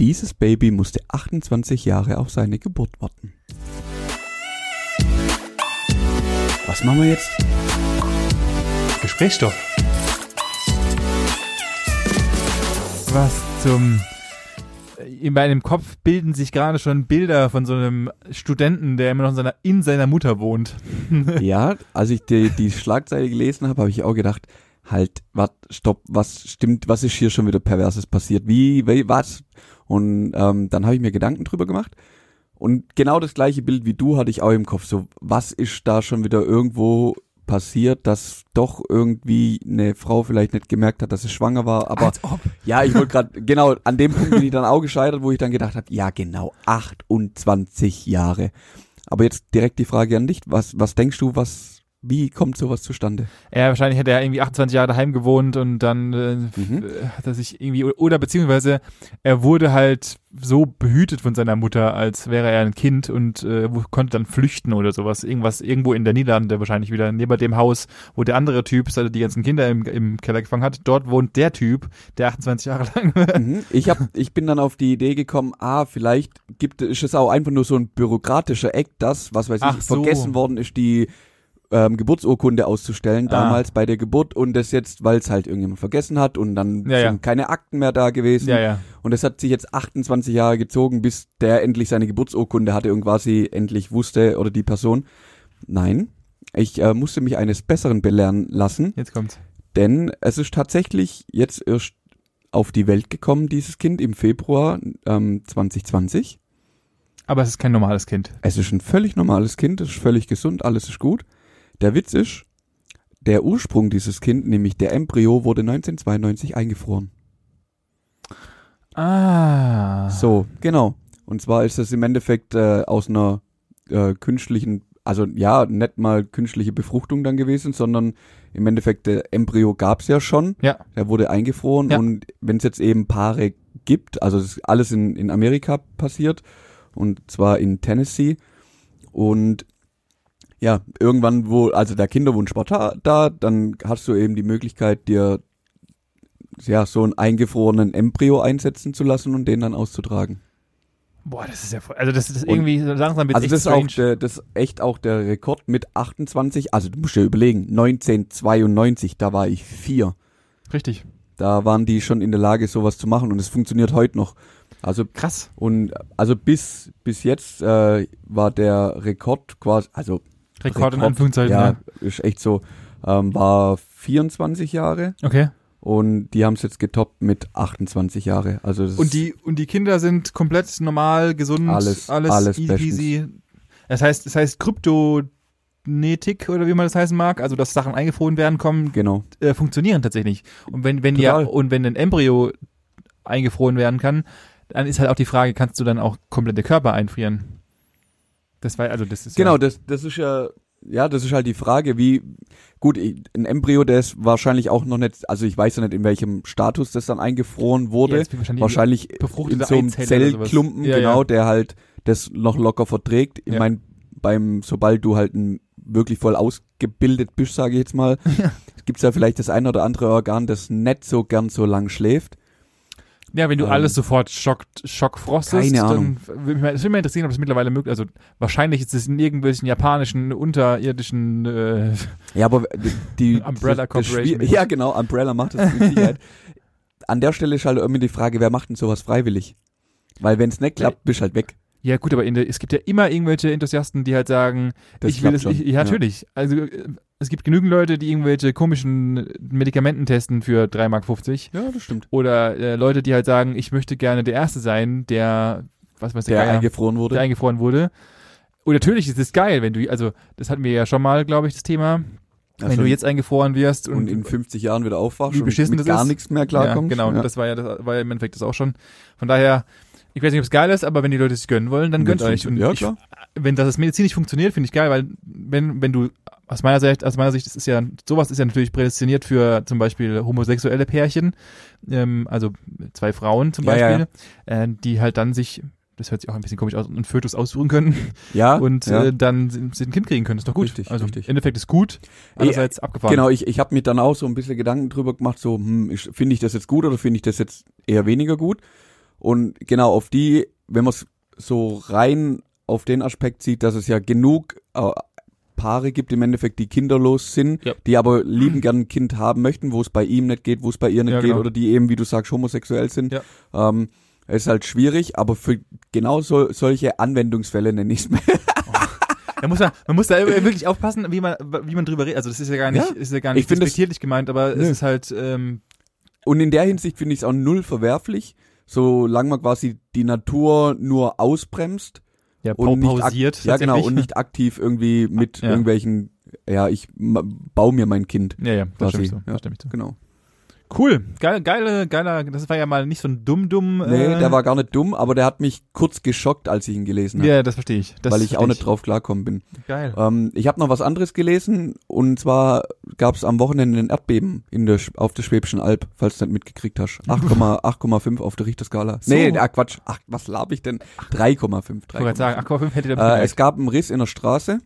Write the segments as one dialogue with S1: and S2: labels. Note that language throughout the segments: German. S1: Dieses Baby musste 28 Jahre auf seine Geburt warten. Was machen wir jetzt?
S2: Gesprächsstoff.
S3: Was zum. In meinem Kopf bilden sich gerade schon Bilder von so einem Studenten, der immer noch in seiner, in seiner Mutter wohnt.
S1: Ja, als ich die, die Schlagzeile gelesen habe, habe ich auch gedacht, halt, wart, stopp, was stimmt, was ist hier schon wieder Perverses passiert? Wie, wie was? Und ähm, dann habe ich mir Gedanken drüber gemacht. Und genau das gleiche Bild wie du hatte ich auch im Kopf. So, was ist da schon wieder irgendwo passiert, dass doch irgendwie eine Frau vielleicht nicht gemerkt hat, dass sie schwanger war, aber
S3: Als ob.
S1: ja, ich wollte gerade, genau, an dem Punkt bin ich dann auch gescheitert, wo ich dann gedacht habe, ja genau, 28 Jahre. Aber jetzt direkt die Frage an dich, was, was denkst du, was, wie kommt sowas zustande?
S3: Ja, wahrscheinlich hat er irgendwie 28 Jahre daheim gewohnt und dann äh,
S1: Mhm.
S3: äh, hat er sich irgendwie, oder beziehungsweise er wurde halt so behütet von seiner Mutter, als wäre er ein Kind und äh, wo- konnte dann flüchten oder sowas. Irgendwas irgendwo in der Niederlande wahrscheinlich wieder, neben dem Haus, wo der andere Typ also die ganzen Kinder im, im Keller gefangen hat. Dort wohnt der Typ, der 28 Jahre lang.
S1: Mhm. Ich hab, ich bin dann auf die Idee gekommen, ah, vielleicht gibt, ist es auch einfach nur so ein bürokratischer Eck, das, was weiß
S3: Ach
S1: ich,
S3: so.
S1: vergessen worden ist, die ähm, Geburtsurkunde auszustellen,
S3: Ah.
S1: damals bei der Geburt und das jetzt, weil es halt irgendjemand vergessen hat und dann
S3: Ja, ja.
S1: sind keine Akten mehr da gewesen.
S3: ja, ja.
S1: Und das hat sich jetzt 28 Jahre gezogen, bis der endlich seine Geburtsurkunde hatte und quasi endlich wusste oder die Person. Nein, ich äh, musste mich eines Besseren belehren lassen,
S3: Jetzt kommt's.
S1: denn es ist tatsächlich jetzt erst auf die Welt gekommen, dieses Kind im Februar ähm, 2020.
S3: Aber es ist kein normales Kind.
S1: Es ist ein völlig normales Kind, es ist völlig gesund, alles ist gut. Der Witz ist, der Ursprung dieses Kind, nämlich der Embryo, wurde 1992 eingefroren.
S3: Ah.
S1: So, genau. Und zwar ist das im Endeffekt äh, aus einer äh, künstlichen, also ja, nicht mal künstliche Befruchtung dann gewesen, sondern im Endeffekt der Embryo gab's ja schon.
S3: Ja.
S1: Der wurde eingefroren
S3: Ja.
S1: und wenn es jetzt eben Paare gibt, also das ist alles in, in Amerika passiert und zwar in Tennessee und ja, irgendwann, wo, also der Kinderwunsch war da, da, dann hast du eben die Möglichkeit, dir ja, so einen eingefrorenen Embryo einsetzen zu lassen und den dann auszutragen.
S3: Boah, das ist ja voll. Also das ist
S1: Und-
S3: irgendwie langsam wird's
S1: also
S3: echt
S1: das ist,
S3: strange.
S1: auch der, das ist echt auch der Rekord mit 28, also du musst dir überlegen, 1992, da war ich vier.
S3: Richtig.
S1: Da waren die schon in der Lage, sowas zu machen und es funktioniert heute noch. Also
S3: Krass.
S1: und also bis bis jetzt äh, war der Rekord quasi, also
S3: Rekord, in
S1: Rekord,
S3: Anführungszeichen.
S1: ja, ist echt so, ähm, war 24 Jahre
S3: ja. Okay.
S1: und die haben es jetzt getoppt mit 28 Jahre. Also das
S3: Und die, und die Kinder sind komplett normal, gesund,
S1: Alles-
S3: alles,
S1: alles
S3: easy
S1: bestens.
S3: peasy. Das heißt, das heißt Kryptonetik oder wie man das heißen mag, also dass Sachen eingefroren werden, kommen,
S1: genau.
S3: äh, funktionieren tatsächlich. Und wenn, wenn ja,
S1: Total.
S3: und wenn ein Embryo eingefroren werden kann, dann ist halt auch die Frage, kannst du dann auch komplette Körper einfrieren? Das war, also das ist
S1: Genau,
S3: ja,
S1: das, das ist ja, ja, das ist halt die Frage, wie, gut, ich- ein Embryo, der ist wahrscheinlich auch noch nicht, also ich weiß ja nicht, in welchem Status das dann eingefroren
S3: Ja,
S1: wurde.
S3: das wird wahrscheinlich,
S1: wahrscheinlich in
S3: befruchtete
S1: so einem
S3: Eizelle oder sowas.
S1: Zellklumpen,
S3: Ja,
S1: genau,
S3: ja.
S1: der halt das noch locker verträgt. Ich
S3: Ja.
S1: mein, beim, sobald du halt ein, wirklich voll ausgebildet bist, sage ich jetzt mal, gibt's ja vielleicht das ein oder andere Organ, das nicht so gern so lang schläft.
S3: Ja, wenn du
S1: Ähm,
S3: alles sofort schockt, schockfrostest,
S1: Keine
S3: dann
S1: Ahnung.
S3: würde mich, mal- es würde mich interessieren, ob das mittlerweile möglich Also wahrscheinlich ist es in irgendwelchen japanischen, unterirdischen äh,
S1: Ja, aber die, die
S3: Umbrella
S1: das- das Schwier-
S3: Corporation.
S1: Ja, genau, Umbrella macht das mit Sicherheit. An der Stelle ist halt irgendwie die Frage, wer macht denn sowas freiwillig? Weil wenn's nicht klappt, bist halt weg.
S3: Ja, gut, aber in der, es gibt ja immer irgendwelche Enthusiasten, die halt sagen,
S1: Das
S3: ich will
S1: klappt
S3: das. Ich,
S1: schon.
S3: ja, natürlich. Also äh, es gibt genügend Leute, die irgendwelche komischen Medikamenten testen für 3,50 Mark.
S1: Ja, das stimmt.
S3: Oder äh, Leute, die halt sagen, ich möchte gerne der Erste sein, der, was weiß ich,
S1: Der eingefroren wurde.
S3: der eingefroren wurde. Und natürlich ist es geil, wenn du, also das hatten wir ja schon mal, glaube ich, das Thema.
S1: Also-
S3: wenn du jetzt eingefroren wirst und,
S1: und in 50 Jahren wieder aufwachst
S3: Wie
S1: und
S3: beschissen
S1: mit
S3: das
S1: gar
S3: ist.
S1: nichts mehr klarkommst.
S3: Ja, genau,
S1: Ja.
S3: das war ja das war ja im Endeffekt das auch schon. Von daher, ich weiß nicht, ob es geil ist, aber wenn die Leute es gönnen wollen, dann
S1: Wenn's
S3: gönnt euch. Und
S1: funktioniert,
S3: ich,
S1: ja,
S3: wenn das medizinisch funktioniert, finde ich geil, weil wenn, wenn du aus meiner Sicht, aus meiner Sicht, das ist ja, sowas ist ja natürlich prädestiniert für zum Beispiel homosexuelle Pärchen, ähm, also zwei Frauen zum
S1: Ja, ja,
S3: Beispiel, Äh, die halt dann sich, das hört sich auch ein bisschen komisch aus, einen Fötus aussuchen können
S1: Ja,
S3: und
S1: Ah, ja.
S3: äh, dann sind ein Kind kriegen können. Ist doch gut.
S1: Richtig,
S3: also
S1: richtig.
S3: im Endeffekt ist gut, andererseits abgefahren.
S1: Genau, ich, ich habe mir dann auch so ein bisschen Gedanken drüber gemacht, so, hm, ist- finde ich das jetzt gut oder finde ich das jetzt eher weniger gut? Und genau auf die, wenn man es so rein auf den Aspekt sieht, dass es ja genug äh, Paare gibt im Endeffekt, die kinderlos sind,
S2: Ja.
S1: die aber lieben gern ein Kind haben möchten, wo es bei ihm nicht geht, wo es bei ihr nicht
S3: Ja,
S1: geht
S3: genau.
S1: oder die eben, wie du sagst, homosexuell sind.
S3: Ja.
S1: Ähm, ist halt schwierig, aber für genau so, solche Anwendungsfälle nenne ich es mal.
S3: Da muss man, man muss da wirklich aufpassen, wie man, wie man drüber redet. Also das ist ja gar nicht,
S1: Ja.
S3: ist ja gar
S1: Ich
S3: nicht
S1: find das-
S3: respektierlich gemeint, aber es
S1: Nö.
S3: ist halt, ähm,
S1: Und in der Hinsicht finde ich es auch null verwerflich, solange man quasi die Natur nur ausbremst
S3: ja,
S1: und nicht, ak-
S3: pausiert.
S1: ja, genau,
S3: tatsächlich.
S1: und nicht aktiv irgendwie mit
S3: Ja.
S1: irgendwelchen, ja, ich ma- baue mir mein Kind.
S3: Ja, ja, das
S1: Quasi,
S3: stimmt so.
S1: ja.
S3: Das stimmt so.
S1: Genau.
S3: Cool, geil, geile, geiler, das war ja mal nicht so ein dumm-dumm.
S1: Nee,
S3: äh,
S1: der war gar nicht dumm, aber der hat mich kurz geschockt, als ich ihn gelesen habe.
S3: Ja, das verstehe ich. Das
S1: weil ich auch
S3: verstehe
S1: nicht drauf klarkommen bin.
S3: Geil.
S1: Ähm, ich habe noch was anderes gelesen und zwar gab es am Wochenende ein Erdbeben in der, Sch- auf der Schwäbischen Alb, falls du nicht mitgekriegt hast. 8,8, 8,5 auf der Richterskala.
S3: So.
S1: Nee, ah, Quatsch. Ach, was lab ich denn? 3,5.
S3: Ich wollte gerade
S1: 3,5.
S3: sagen, Aquafilm hätte der
S1: Äh, es gab einen Riss in der Straße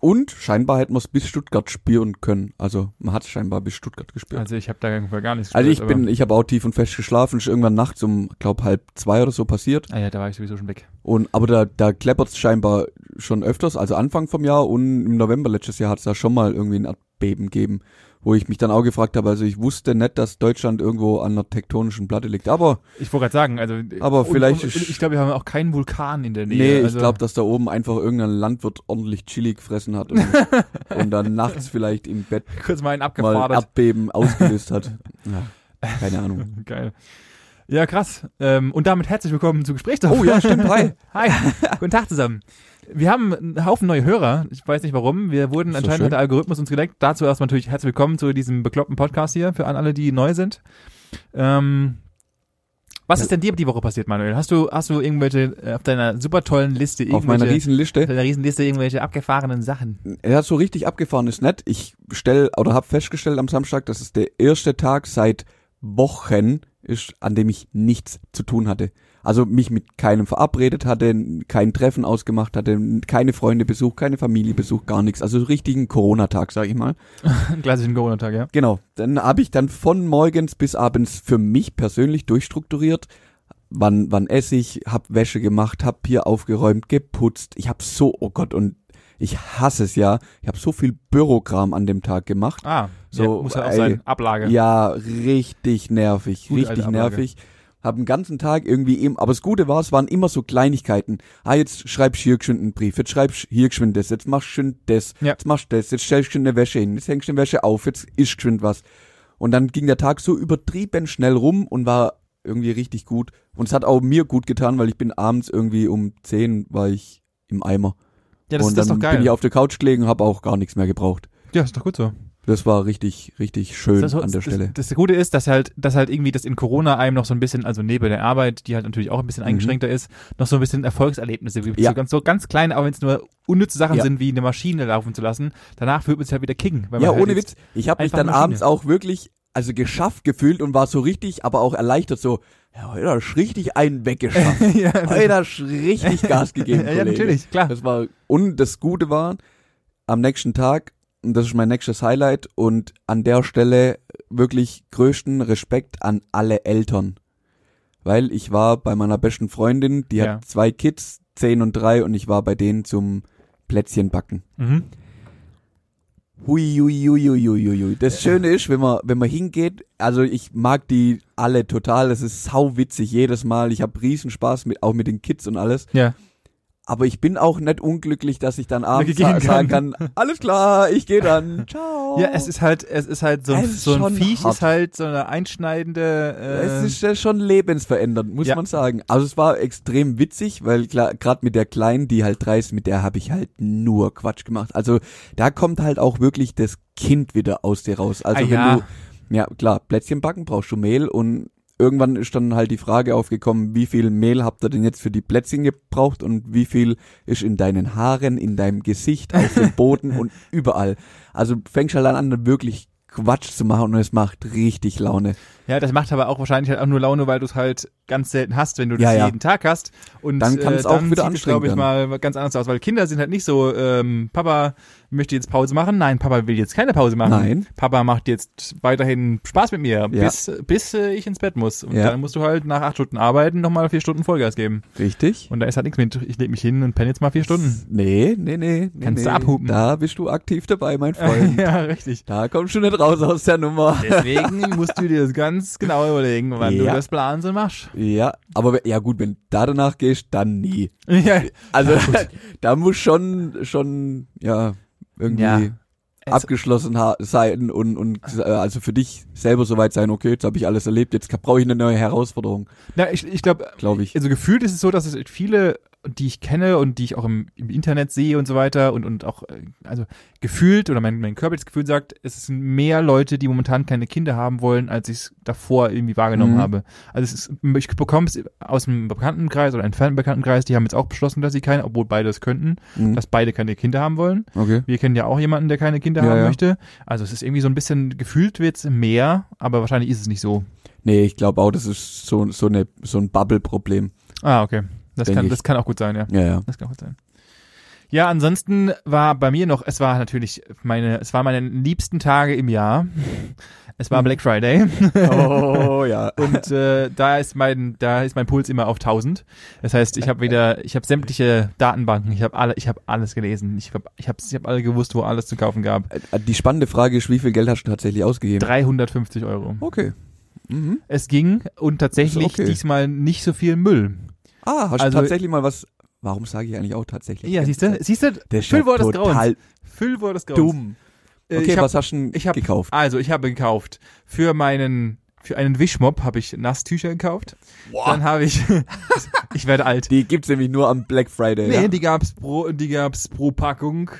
S1: und scheinbar hätten wir es bis Stuttgart spüren können. Also man hat scheinbar bis Stuttgart gespürt.
S3: Also ich habe da irgendwo gar nichts
S1: Also ich
S3: gespürt,
S1: bin, ich habe auch tief und fest geschlafen, ist irgendwann nachts um, glaub halb zwei oder so passiert.
S3: Aber, ah ja, da war ich sowieso schon weg.
S1: Und aber da, da kleppert's scheinbar schon öfters, also Anfang vom Jahr und im November letztes Jahr hat's da schon mal irgendwie ein Erdbeben gegeben, wo ich mich dann auch gefragt habe, also ich wusste nicht, dass Deutschland irgendwo an einer tektonischen Platte liegt. Aber
S3: Ich wollte gerade sagen, also
S1: Aber
S3: und,
S1: vielleicht
S3: und,
S1: ist-
S3: ich glaube, wir haben auch keinen Vulkan in der Nähe.
S1: nee,
S3: also,
S1: ich glaube, dass da oben einfach irgendein Landwirt ordentlich Chili gefressen hat und, und dann nachts vielleicht im Bett
S3: kurz mal einen
S1: mal
S3: abgefadert.
S1: Erdbeben ausgelöst hat. Ja, keine Ahnung.
S3: Geil. Ja, krass. Ähm, und damit herzlich willkommen zu Gesprächsstoff.
S1: Oh ja, stimmt, hi.
S3: Hi, guten Tag zusammen. Wir haben einen Haufen neue Hörer. Ich weiß nicht warum. Wir wurden
S1: So
S3: anscheinend
S1: schön.
S3: hat der Algorithmus uns gedeckt. Dazu erstmal natürlich herzlich willkommen zu diesem bekloppten Podcast hier für an alle, die neu sind. Ähm, was ist denn dir die Woche passiert, Manuel? Hast du, hast du irgendwelche äh, auf deiner super tollen Liste
S1: Auf
S3: irgendwelche,
S1: meiner Riesenliste.
S3: auf deiner Riesenliste irgendwelche abgefahrenen Sachen?
S1: Ja, so richtig abgefahren ist nett. Ich stell oder hab festgestellt am Samstag, dass es der erste Tag seit Wochen ist, an dem ich nichts zu tun hatte. Also mich mit keinem verabredet hatte, kein Treffen ausgemacht hatte, keine Freunde besucht, keine Familie besucht, gar nichts. Also so richtig ein Corona-Tag, sag ich mal.
S3: Einen klassischen Corona-Tag, ja.
S1: Genau, dann habe ich dann von morgens bis abends für mich persönlich durchstrukturiert, wann wann esse ich, hab Wäsche gemacht, hab hier aufgeräumt, geputzt. Ich hab so oh Gott und ich hasse es ja. Ich hab so viel Bürokram an dem Tag gemacht.
S3: Ah,
S1: So,
S3: ja, muss ja auch
S1: ey,
S3: sein. Ablage.
S1: Ja, richtig nervig,
S3: Gute alte
S1: richtig
S3: Ablage.
S1: nervig. Hab den ganzen Tag irgendwie eben, aber das Gute war, es waren immer so Kleinigkeiten. Ah, jetzt schreibst hier geschwind einen Brief, jetzt schreibst hier geschwind das, jetzt machst schön das,
S3: Ja.
S1: jetzt machst das, jetzt stellst du eine Wäsche hin, jetzt hängst du eine Wäsche auf, jetzt isch geschwind was. Und dann ging der Tag so übertrieben schnell rum und war irgendwie richtig gut. Und es hat auch mir gut getan, weil ich bin abends irgendwie um 10 war ich im Eimer.
S3: Ja, das,
S1: und
S3: das ist
S1: dann
S3: doch geil.
S1: bin ich auf der Couch gelegen, habe auch gar nichts mehr gebraucht.
S3: ja, ist doch gut so.
S1: Das war richtig, richtig schön
S3: Das-
S1: an der
S3: das,
S1: Stelle.
S3: Das, das Gute ist, dass halt, dass halt irgendwie das in Corona einem noch so ein bisschen, also neben der Arbeit, die halt natürlich auch ein bisschen
S1: Mhm.
S3: eingeschränkter ist, noch so ein bisschen Erfolgserlebnisse gibt.
S1: Ja.
S3: So, ganz, so ganz klein, auch wenn es nur unnütze Sachen
S1: Ja.
S3: sind, wie eine Maschine laufen zu lassen. Danach fühlt man sich halt wieder King. Weil
S1: Ja,
S3: man halt
S1: ohne
S3: jetzt-
S1: Witz. Ich habe mich
S3: einfach
S1: dann
S3: Maschine.
S1: abends auch wirklich, also geschafft gefühlt und war so richtig, aber auch erleichtert so, ja, heute hast du richtig einen weggeschafft.
S3: ja,
S1: heute hast du richtig Gas gegeben,
S3: ja,
S1: Kollege.
S3: ja, natürlich, klar.
S1: Das war, und das Gute war, am nächsten Tag, und das ist mein nächstes Highlight, und an der Stelle wirklich größten Respekt an alle Eltern. Weil ich war bei meiner besten Freundin, die
S3: Ja.
S1: hat zwei Kids, zehn und drei, und ich war bei denen zum Plätzchenbacken.
S3: Mhm.
S1: Hui, hui, hui, hui, hui, hui, hui. Das Schöne ist, wenn man, wenn man hingeht, also ich mag die alle total, das ist sauwitzig jedes Mal. Ich habe Riesenspaß mit, auch mit den Kids und alles.
S3: Ja.
S1: Aber ich bin auch nicht unglücklich, dass ich dann abends
S3: gehen
S1: sa sagen kann, alles klar, ich gehe dann, ciao.
S3: Ja, es ist halt, es ist halt so ein,
S1: Es ist
S3: so ein
S1: schon
S3: Viech
S1: hart.
S3: ist halt so eine einschneidende. Äh,
S1: Es ist ja schon lebensverändernd, muss
S3: Ja.
S1: man sagen. Also es war extrem witzig, weil klar, gerade mit der Kleinen, die halt drei ist, mit der habe ich halt nur Quatsch gemacht. Also da kommt halt auch wirklich das Kind wieder aus dir raus. Also
S3: Ah,
S1: wenn
S3: ja.
S1: du, ja klar, Plätzchen backen brauchst du Mehl und irgendwann ist dann halt die Frage aufgekommen, wie viel Mehl habt ihr denn jetzt für die Plätzchen gebraucht und wie viel ist in deinen Haaren, in deinem Gesicht, auf dem Boden und überall. Also fängst halt dann an, wirklich Quatsch zu machen und es macht richtig Laune.
S3: ja, das macht aber auch wahrscheinlich halt auch nur Laune, weil du es halt ganz selten hast, wenn du das
S1: Ja, ja.
S3: jeden Tag hast. Und
S1: Dann kann
S3: äh,
S1: es auch
S3: dann
S1: wieder
S3: sieht es, glaube ich,
S1: anstrengend
S3: mal ganz anders aus, weil Kinder sind halt nicht so ähm, Papa, möchte jetzt Pause machen. Nein, Papa will jetzt keine Pause machen.
S1: Nein.
S3: Papa macht jetzt weiterhin Spaß mit mir,
S1: Ja.
S3: bis, bis äh, ich ins Bett muss. Und
S1: Ja.
S3: dann musst du halt nach acht Stunden arbeiten nochmal vier Stunden Vollgas geben.
S1: Richtig?
S3: Und da ist halt nichts mit, ich leg mich hin und penne jetzt mal vier Stunden.
S1: Nee, nee, nee. nee
S3: Kannst
S1: nee.
S3: du abhupen.
S1: Da bist du aktiv dabei, mein Freund.
S3: ja, richtig.
S1: da kommst du nicht raus aus der Nummer.
S3: Deswegen musst du dir das ganz genau überlegen, wann du
S1: Ja.
S3: das planst und machst.
S1: Ja, aber we- ja gut, wenn du da danach gehst, dann nie.
S3: Ja,
S1: Also da muss schon, schon, ja, irgendwie
S3: Ja. Also Es-
S1: abgeschlossen ha- sein und, und äh, also für dich selber soweit sein, okay, jetzt habe ich alles erlebt, jetzt brauche ich eine neue Herausforderung,
S3: Na, ich, ich glaube,
S1: glaube ich.
S3: also gefühlt ist es so, dass es viele, die ich kenne und die ich auch im, im Internet sehe und so weiter und, und auch, äh, also gefühlt oder mein, mein körperliches Gefühl sagt, es sind mehr Leute, die momentan keine Kinder haben wollen, als ich es davor irgendwie wahrgenommen
S1: Mhm.
S3: habe. Also es ist, ich bekomme es aus dem Bekanntenkreis oder entfernten Bekanntenkreis, die haben jetzt auch beschlossen, dass sie keine, obwohl beide es könnten,
S1: Mhm.
S3: dass beide keine Kinder haben wollen.
S1: Okay.
S3: Wir kennen ja auch jemanden, der keine Kinder
S1: Ja,
S3: haben
S1: ja.
S3: möchte. Also es ist irgendwie so ein bisschen gefühlt wird mehr, aber wahrscheinlich ist es nicht so.
S1: Nee, ich glaube auch, das ist so, so, eine, so ein Bubble-Problem.
S3: Ah, okay. Das
S1: Denk
S3: kann,
S1: ich.
S3: das kann auch gut sein, ja.
S1: Ja, ja.
S3: Das kann auch gut sein. Ja, ansonsten war bei mir noch, es war natürlich meine, es war meine liebsten Tage im Jahr. Es
S1: Mhm.
S3: war Black Friday
S1: Oh ja.
S3: und äh, da ist mein da ist mein Puls immer auf 1000. Das heißt, ich habe wieder ich habe sämtliche Datenbanken, ich habe alle ich habe alles gelesen. Ich habe ich habe ich habe alle gewusst, wo alles zu kaufen gab.
S1: Äh, Die spannende Frage ist, wie viel Geld hast du tatsächlich ausgegeben?
S3: 350 Euro.
S1: Okay. Mhm.
S3: Es ging und tatsächlich
S1: Ist okay.
S3: diesmal nicht so viel Müll.
S1: Ah, hast
S3: Also-
S1: du tatsächlich mal was. Warum sage ich eigentlich auch tatsächlich?
S3: Ja, siehst du, siehst du,
S1: Der ist ja
S3: Füllwort des Grauens.
S1: total
S3: Füllwort des Grauens.
S1: dumm.
S3: Äh,
S1: Okay,
S3: ich hab,
S1: was hast du denn
S3: ich hab-
S1: gekauft?
S3: Also, ich habe gekauft für meinen für einen Wischmob habe ich Nasstücher gekauft. Dann habe ich ich werde alt.
S1: Die gibt's nämlich nur am Black Friday.
S3: Nee,
S1: ja?
S3: die gab's pro die gab's pro Packung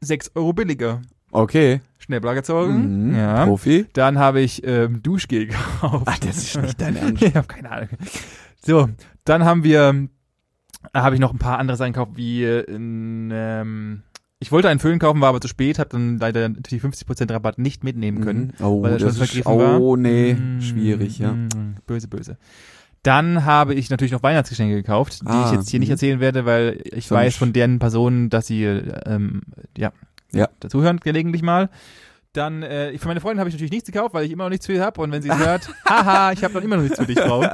S3: 6 Euro billiger.
S1: Okay.
S3: Schnellbar gezogen.
S1: Mhm.
S3: Ja.
S1: Profi.
S3: Dann habe ich ähm, Duschgel gekauft.
S1: Ah, das ist nicht dein Ernst.
S3: ich habe keine Ahnung. So, dann haben wir, da habe ich noch ein paar andere Sachen gekauft, wie äh, ein, ähm, ich wollte einen Föhn kaufen, war aber zu spät, habe dann leider die 50% Rabatt nicht mitnehmen können.
S1: Mhm. Oh,
S3: weil er schon
S1: das ist,
S3: vergriffen war.
S1: oh nee,
S3: Mm,
S1: schwierig, ja.
S3: mm, Böse, böse. Dann habe ich natürlich noch Weihnachtsgeschenke gekauft, die
S1: Ah,
S3: ich jetzt hier nicht
S1: mhm.
S3: erzählen werde, weil ich
S1: Sonst-
S3: weiß von deren Personen, dass sie ähm, ja,
S1: Ja.
S3: dazuhören gelegentlich mal. Dann, äh, für meine Freundin habe ich natürlich nichts gekauft, weil ich immer noch nichts für sie habe. Und wenn sie es hört, haha, ich habe noch immer noch nichts für dich, Frau. Ich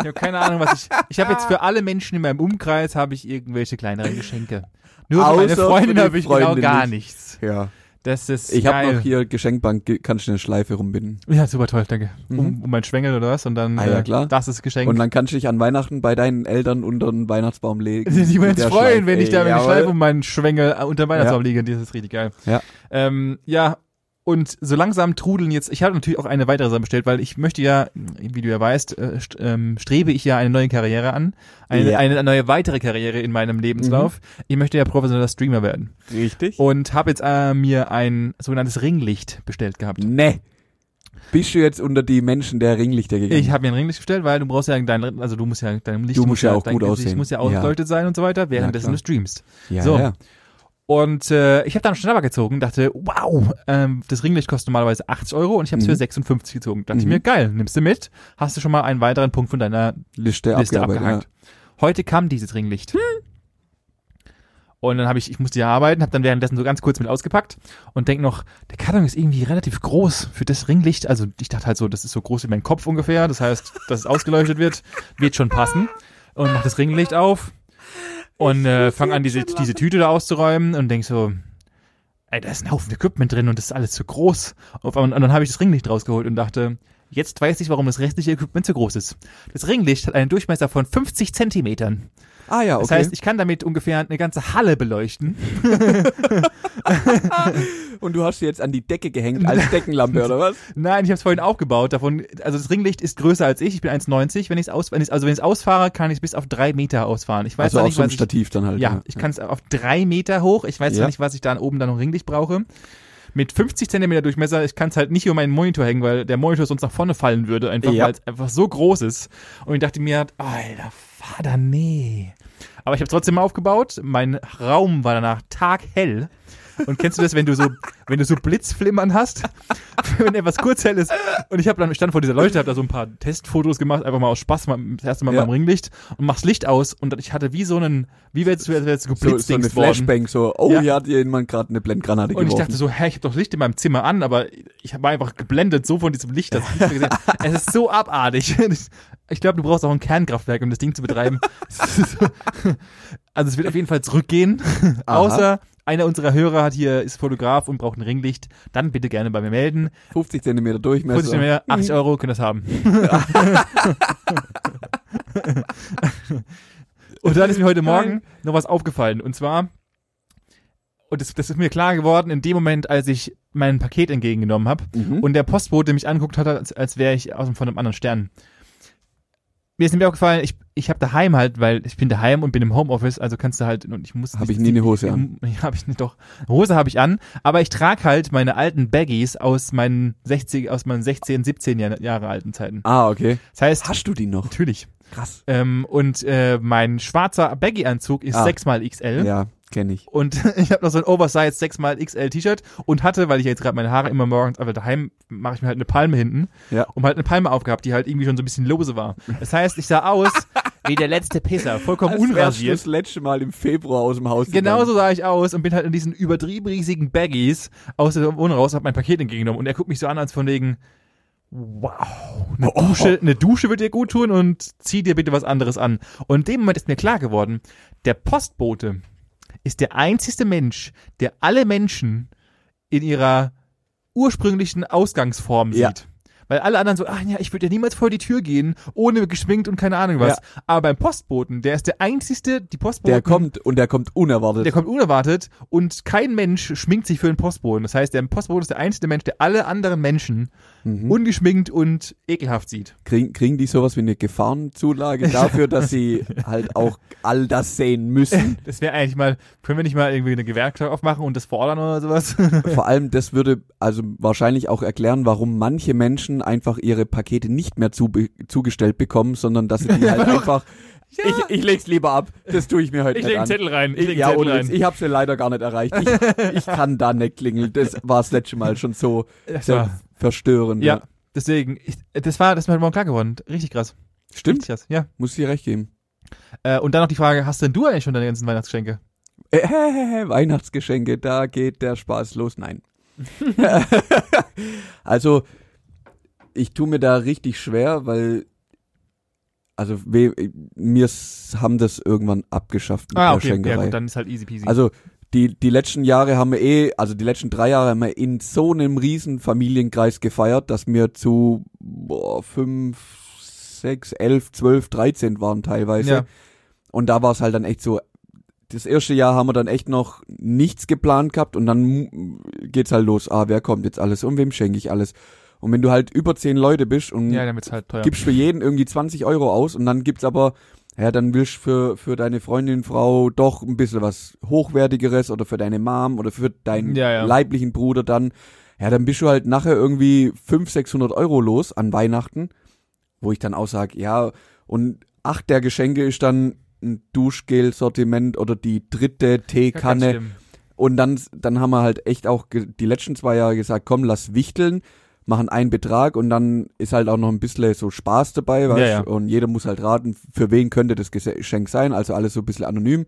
S3: habe keine Ahnung, was ich. Ich habe jetzt für alle Menschen in meinem Umkreis habe ich irgendwelche kleineren Geschenke. Nur für meine
S1: Außer für
S3: Freundin
S1: die
S3: habe ich genau
S1: Freundin
S3: gar
S1: nicht.
S3: nichts.
S1: Ja.
S3: Das ist
S1: Ich
S3: geil.
S1: habe noch hier Geschenkbank, ge- kannst du eine Schleife rumbinden.
S3: Ja, super toll, danke. Um,
S1: Mhm.
S3: um mein Schwengel oder was? Und dann
S1: Ah, ja,
S3: äh,
S1: klar.
S3: das ist Geschenk.
S1: Und dann kannst du dich an Weihnachten bei deinen Eltern unter den Weihnachtsbaum legen.
S3: die
S1: Mit
S3: werden
S1: der
S3: sich freuen,
S1: Schleife.
S3: wenn ich da
S1: Ey,
S3: mit der
S1: jawohl.
S3: Schleife um meinen Schwengel äh, unter Weihnachtsbaum liege. Das ist richtig geil.
S1: Ja.
S3: Ähm, ja, und so langsam trudeln jetzt, ich habe natürlich auch eine weitere Sache bestellt, weil ich möchte ja, wie du ja weißt, äh, st ähm, strebe ich ja eine neue Karriere an. Eine,
S1: Ja. Mhm.
S3: eine neue weitere Karriere in meinem Lebenslauf. Ich möchte ja professioneller Streamer werden.
S1: Richtig.
S3: Und habe jetzt äh, mir ein sogenanntes Ringlicht bestellt gehabt.
S1: Nee. Bist du jetzt unter die Menschen der Ringlichter gegangen?
S3: Ich habe mir ein Ringlicht gestellt, weil du brauchst ja dein, also du musst ja dein Licht,
S1: Du musst ja auch
S3: dein
S1: gut
S3: Gesicht
S1: aussehen.
S3: muss ja
S1: Ja.
S3: ausgeleuchtet sein und so weiter, währenddessen
S1: klar.
S3: du streamst.
S1: ja,
S3: so.
S1: ja.
S3: Und äh, ich habe dann Schnapper gezogen, dachte, wow, ähm, das Ringlicht kostet normalerweise 80 Euro und ich habe es
S1: Mhm.
S3: für 56 gezogen. Dachte ich
S1: Mhm.
S3: mir, geil, nimmst du mit, hast du schon mal einen weiteren Punkt von deiner
S1: Liste,
S3: Liste
S1: abgearbeitet.
S3: abgehakt. Heute kam dieses Ringlicht. Und dann habe ich, ich musste ja arbeiten, habe dann währenddessen so ganz kurz mit ausgepackt und denk noch, der Karton ist irgendwie relativ groß für das Ringlicht. Also ich dachte halt so, das ist so groß wie mein Kopf ungefähr. Das heißt, dass es ausgeleuchtet wird, wird schon passen. Und mach das Ringlicht auf und äh, fang an, diese, diese Tüte da auszuräumen und denk so, ey, da ist ein Haufen Equipment drin und das ist alles zu groß. Auf- Und, und dann habe ich das Ringlicht rausgeholt und dachte, jetzt weiß ich, warum das restliche Equipment zu groß ist. Das Ringlicht hat einen Durchmesser von 50 Zentimetern.
S1: Ja. Ah ja, okay.
S3: Das heißt, ich kann damit ungefähr eine ganze Halle beleuchten.
S1: und du hast sie jetzt an die Decke gehängt als Deckenlampe, oder was?
S3: Nein, ich habe es vorhin aufgebaut. Davon, also das Ringlicht ist größer als ich. Ich bin 1,90. Wenn ich es aus, wenn ich's- also wenn ich's ausfahre, kann ich es bis auf drei Meter ausfahren. Ich weiß
S1: also
S3: noch
S1: auf
S3: nicht,
S1: so einem
S3: was ich,
S1: Stativ dann halt.
S3: ja, ich kann es auf drei Meter hoch. Ich weiß
S1: Ja.
S3: noch nicht, was ich da oben dann noch Ringlicht brauche. Mit 50 Zentimeter Durchmesser, ich kann es halt nicht über meinen Monitor hängen, weil der Monitor sonst nach vorne fallen würde, einfach
S1: Ja.
S3: weil es einfach so groß ist. Und ich dachte mir, alter Vater, nee. Aber ich habe trotzdem mal aufgebaut. Mein Raum war danach taghell. Und kennst du das, wenn du so, wenn du so Blitzflimmern hast, wenn etwas kurz hell ist? Und ich habe dann ich stand vor dieser Leuchte, habe da so ein paar Testfotos gemacht, einfach mal aus Spaß, mal, das erste Mal
S1: Ja.
S3: beim Ringlicht und mach's Licht aus und ich hatte wie so einen, wie wärst du, als wärst du
S1: So, so eine
S3: geblitzdingst worden.
S1: Flashbang, so, oh,
S3: Ja.
S1: hier hat jemand gerade eine Blendgranate
S3: Und ich
S1: geworfen.
S3: dachte so, hä, ich habe doch Licht in meinem Zimmer an, aber ich war einfach geblendet so von diesem Licht, dass ich nichts mehr gesehen habe. Es ist so abartig. Ich glaube, du brauchst auch ein Kernkraftwerk, um das Ding zu betreiben. Es ist so- also es wird auf jeden Fall zurückgehen,
S1: Aha.
S3: außer einer unserer Hörer hat hier ist Fotograf und braucht ein Ringlicht, dann bitte gerne bei mir melden.
S1: 50 Zentimeter Durchmesser.
S3: 50 mehr, 80 Euro, könnt ihr das haben. und dann ist mir heute Morgen noch was aufgefallen. Und zwar, und das, das ist mir klar geworden in dem Moment, als ich mein Paket entgegengenommen habe
S1: Mhm.
S3: und der Postbote mich anguckt hat, als, als wäre ich aus, von einem anderen Stern. Mir ist nämlich aufgefallen, ich, ich habe daheim halt, weil ich bin daheim und bin im Homeoffice, also kannst du halt, und ich muss
S1: Habe ich nie eine Hose an.
S3: ja, habe ich nicht doch. Hose habe ich an, aber ich trage halt meine alten Baggies aus meinen 60, aus meinen 16, 17 Jahre, Jahre alten Zeiten.
S1: Ah, okay.
S3: Das heißt,
S1: Hast du die noch?
S3: natürlich.
S1: Krass.
S3: Ähm, und äh, mein schwarzer Baggy-Anzug ist
S1: Ah.
S3: 6xL.
S1: Ja, kenne ich.
S3: Und ich habe noch so ein Oversize 6xL T-Shirt und hatte, weil ich jetzt gerade meine Haare immer morgens, aber daheim mache ich mir halt eine Palme hinten
S1: Ja.
S3: und halt eine Palme aufgehabt, die halt irgendwie schon so ein bisschen lose war. Das heißt, ich sah aus wie der letzte Pisser, vollkommen
S1: Als wärst du
S3: unrasiert. Genau
S1: das letzte Mal im Februar aus dem Haus
S3: Genauso
S1: gegangen.
S3: sah ich aus und bin halt in diesen übertrieben riesigen Baggies aus der Wohnung raus, hab mein Paket entgegengenommen und er guckt mich so an, als von wegen, wow,
S1: Oh,
S3: eine Dusche, eine Dusche wird dir gut tun und zieh dir bitte was anderes an. Und in dem Moment ist mir klar geworden, der Postbote ist der einzigste Mensch, der alle Menschen in ihrer ursprünglichen Ausgangsform sieht.
S1: Ja.
S3: Weil alle anderen so, ach ja, ich würde ja niemals vor die Tür gehen, ohne geschminkt und keine Ahnung was. Aber beim Postboten, der ist der einzigste, die Postboten.
S1: Der kommt und der kommt unerwartet.
S3: Der kommt unerwartet und kein Mensch schminkt sich für den Postboten. Das heißt, der Postbote ist der einzige Mensch, der alle anderen Menschen
S1: Mhm.
S3: ungeschminkt und ekelhaft sieht.
S1: Kriegen, kriegen die sowas wie eine Gefahrenzulage dafür, dass sie halt auch all das sehen müssen?
S3: Das wäre eigentlich mal, können wir nicht mal irgendwie eine Gewerkschaft aufmachen und das fordern oder sowas?
S1: Vor allem, das würde also wahrscheinlich auch erklären, warum manche Menschen einfach ihre Pakete nicht mehr zube- zugestellt bekommen, sondern dass sie die halt einfach. Ich, ich leg's lieber ab. Das tue ich mir heute nicht an.
S3: rein.
S1: Ich, ja, ohne Witz, ich hab's ja leider gar nicht erreicht. Ich, ich kann da nicht klingeln. Das war das letzte Mal schon so
S3: Das
S1: ver-
S3: war,
S1: verstörend.
S3: ja, deswegen, ich, das war, das ist mir heute Morgen klar geworden. Richtig krass.
S1: Stimmt,
S3: Richtig krass, ja.
S1: muss ich dir recht geben.
S3: Äh, und dann noch die Frage, hast denn du eigentlich schon deine ganzen Weihnachtsgeschenke?
S1: Äh, äh, äh, Weihnachtsgeschenke, da geht der Spaß los. Nein. also, ich tue mir da richtig schwer, weil, also, we, mir s- haben das irgendwann abgeschafft mit der
S3: Ah, Ja,
S1: Schenkerei.
S3: gut, dann ist halt easy peasy.
S1: also, die, die letzten Jahre haben wir eh, also die letzten drei Jahre haben wir in so einem riesen Familienkreis gefeiert, dass wir zu boah, fünf, sechs, elf, zwölf, dreizehn waren teilweise.
S3: ja.
S1: Und da war es halt dann echt so, das erste Jahr haben wir dann echt noch nichts geplant gehabt und dann mu- geht's halt los, ah, wer kommt jetzt alles und wem schenke ich alles. Und wenn du halt über zehn Leute bist und
S3: ja, dann wird's halt teuer.
S1: gibst für jeden irgendwie 20 Euro aus und dann gibt's aber, ja, dann willst du für, für deine Freundin, Frau doch ein bisschen was Hochwertigeres oder für deine Mom oder für deinen
S3: Ja, ja.
S1: leiblichen Bruder dann. Ja, dann bist du halt nachher irgendwie 500, 600 Euro los an Weihnachten, wo ich dann auch sag, ja, und acht der Geschenke ist dann ein Duschgel-Sortiment oder die dritte
S3: Ja, ganz
S1: Teekanne.
S3: schlimm.
S1: Und dann, dann haben wir halt echt auch ge- die letzten zwei Jahre gesagt, komm, lass wichteln, machen einen Betrag und dann ist halt auch noch ein bisschen so Spaß dabei, weißt
S3: Ja, ja.
S1: du? Und jeder muss halt raten, für wen könnte das Gese- Geschenk sein, also alles so ein bisschen anonym.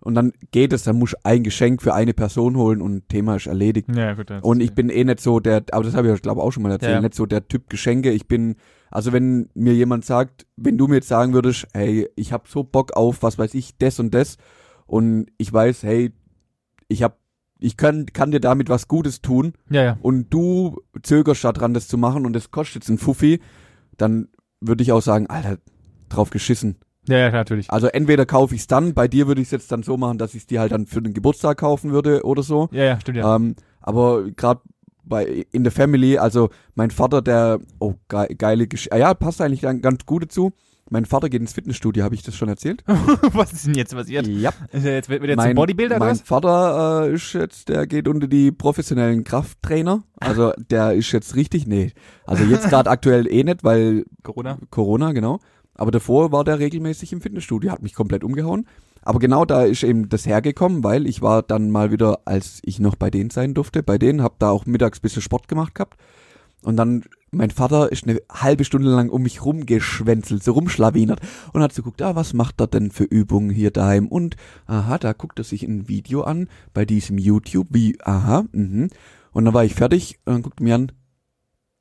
S1: Und dann geht es, dann musst du ein Geschenk für eine Person holen und Thema ist erledigt.
S3: Ja, ja, gut, dann ist
S1: Und
S3: okay.
S1: ich bin eh nicht so der, aber das habe ich glaube auch schon mal erzählt,
S3: Ja, ja.
S1: nicht so der Typ Geschenke. Ich bin, also wenn mir jemand sagt, wenn du mir jetzt sagen würdest, hey, ich habe so Bock auf, was weiß ich, das und das, und ich weiß, hey, ich habe, ich kann, kann dir damit was Gutes tun,
S3: Ja, ja.
S1: und du zögerst da dran, das zu machen, und das kostet jetzt einen Fuffi, dann würde ich auch sagen, Alter, drauf geschissen.
S3: Ja, ja, klar, natürlich.
S1: Also entweder kaufe ich es dann, bei dir würde ich es jetzt dann so machen, dass ich es dir halt dann für den Geburtstag kaufen würde oder so.
S3: Ja, ja, stimmt ja.
S1: Ähm, aber gerade bei in der Family, also mein Vater, der oh ge geile Geschichte, ah, ja passt eigentlich dann ganz gut dazu. Mein Vater geht ins Fitnessstudio, habe ich das schon erzählt?
S3: Was ist denn jetzt passiert?
S1: Ja.
S3: Ist er jetzt, wird wird er jetzt ein
S1: mein
S3: Bodybuilder oder
S1: mein
S3: was?
S1: Vater äh, ist jetzt, der geht unter die professionellen Krafttrainer. Also der ist jetzt richtig, nee. Also jetzt gerade aktuell eh nicht, weil
S3: Corona?
S1: Corona, genau. Aber davor war der regelmäßig im Fitnessstudio, hat mich komplett umgehauen. Aber genau da ist eben das hergekommen, weil ich war dann mal wieder, als ich noch bei denen sein durfte, bei denen, hab da auch mittags ein bisschen Sport gemacht gehabt. Und dann, mein Vater ist eine halbe Stunde lang um mich rumgeschwänzelt, so rumschlawinert und hat so geguckt, ah, was macht er denn für Übungen hier daheim? Und, aha, da guckt er sich ein Video an bei diesem YouTube, wie, aha, mhm. Und dann war ich fertig und dann guckt er mir an,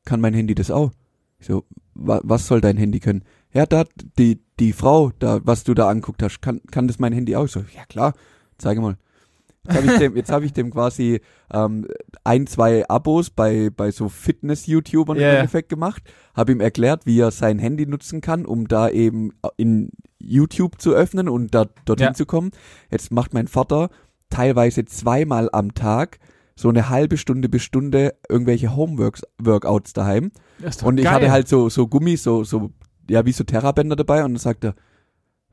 S1: kann mein Handy das auch? Ich so, wa was soll dein Handy können? Ja, da, die, die Frau, da, was du da anguckt hast, kann, kann das mein Handy auch? Ich so, ja klar, zeige mal. Jetzt habe ich, dem- jetzt hab ich dem quasi ähm, ein, zwei Abos bei, bei so Fitness-YouTubern
S3: Ja,
S1: im
S3: ja.
S1: Endeffekt gemacht, habe ihm erklärt, wie er sein Handy nutzen kann, um da eben in YouTube zu öffnen und da dorthin
S3: Ja.
S1: zu kommen. Jetzt macht mein Vater teilweise zweimal am Tag so eine halbe Stunde bis Stunde irgendwelche Homeworkouts daheim.
S3: Das ist doch
S1: Und ich
S3: geil.
S1: hatte halt so, so Gummis, so, so, ja, wie so Terrabänder dabei und dann sagt er,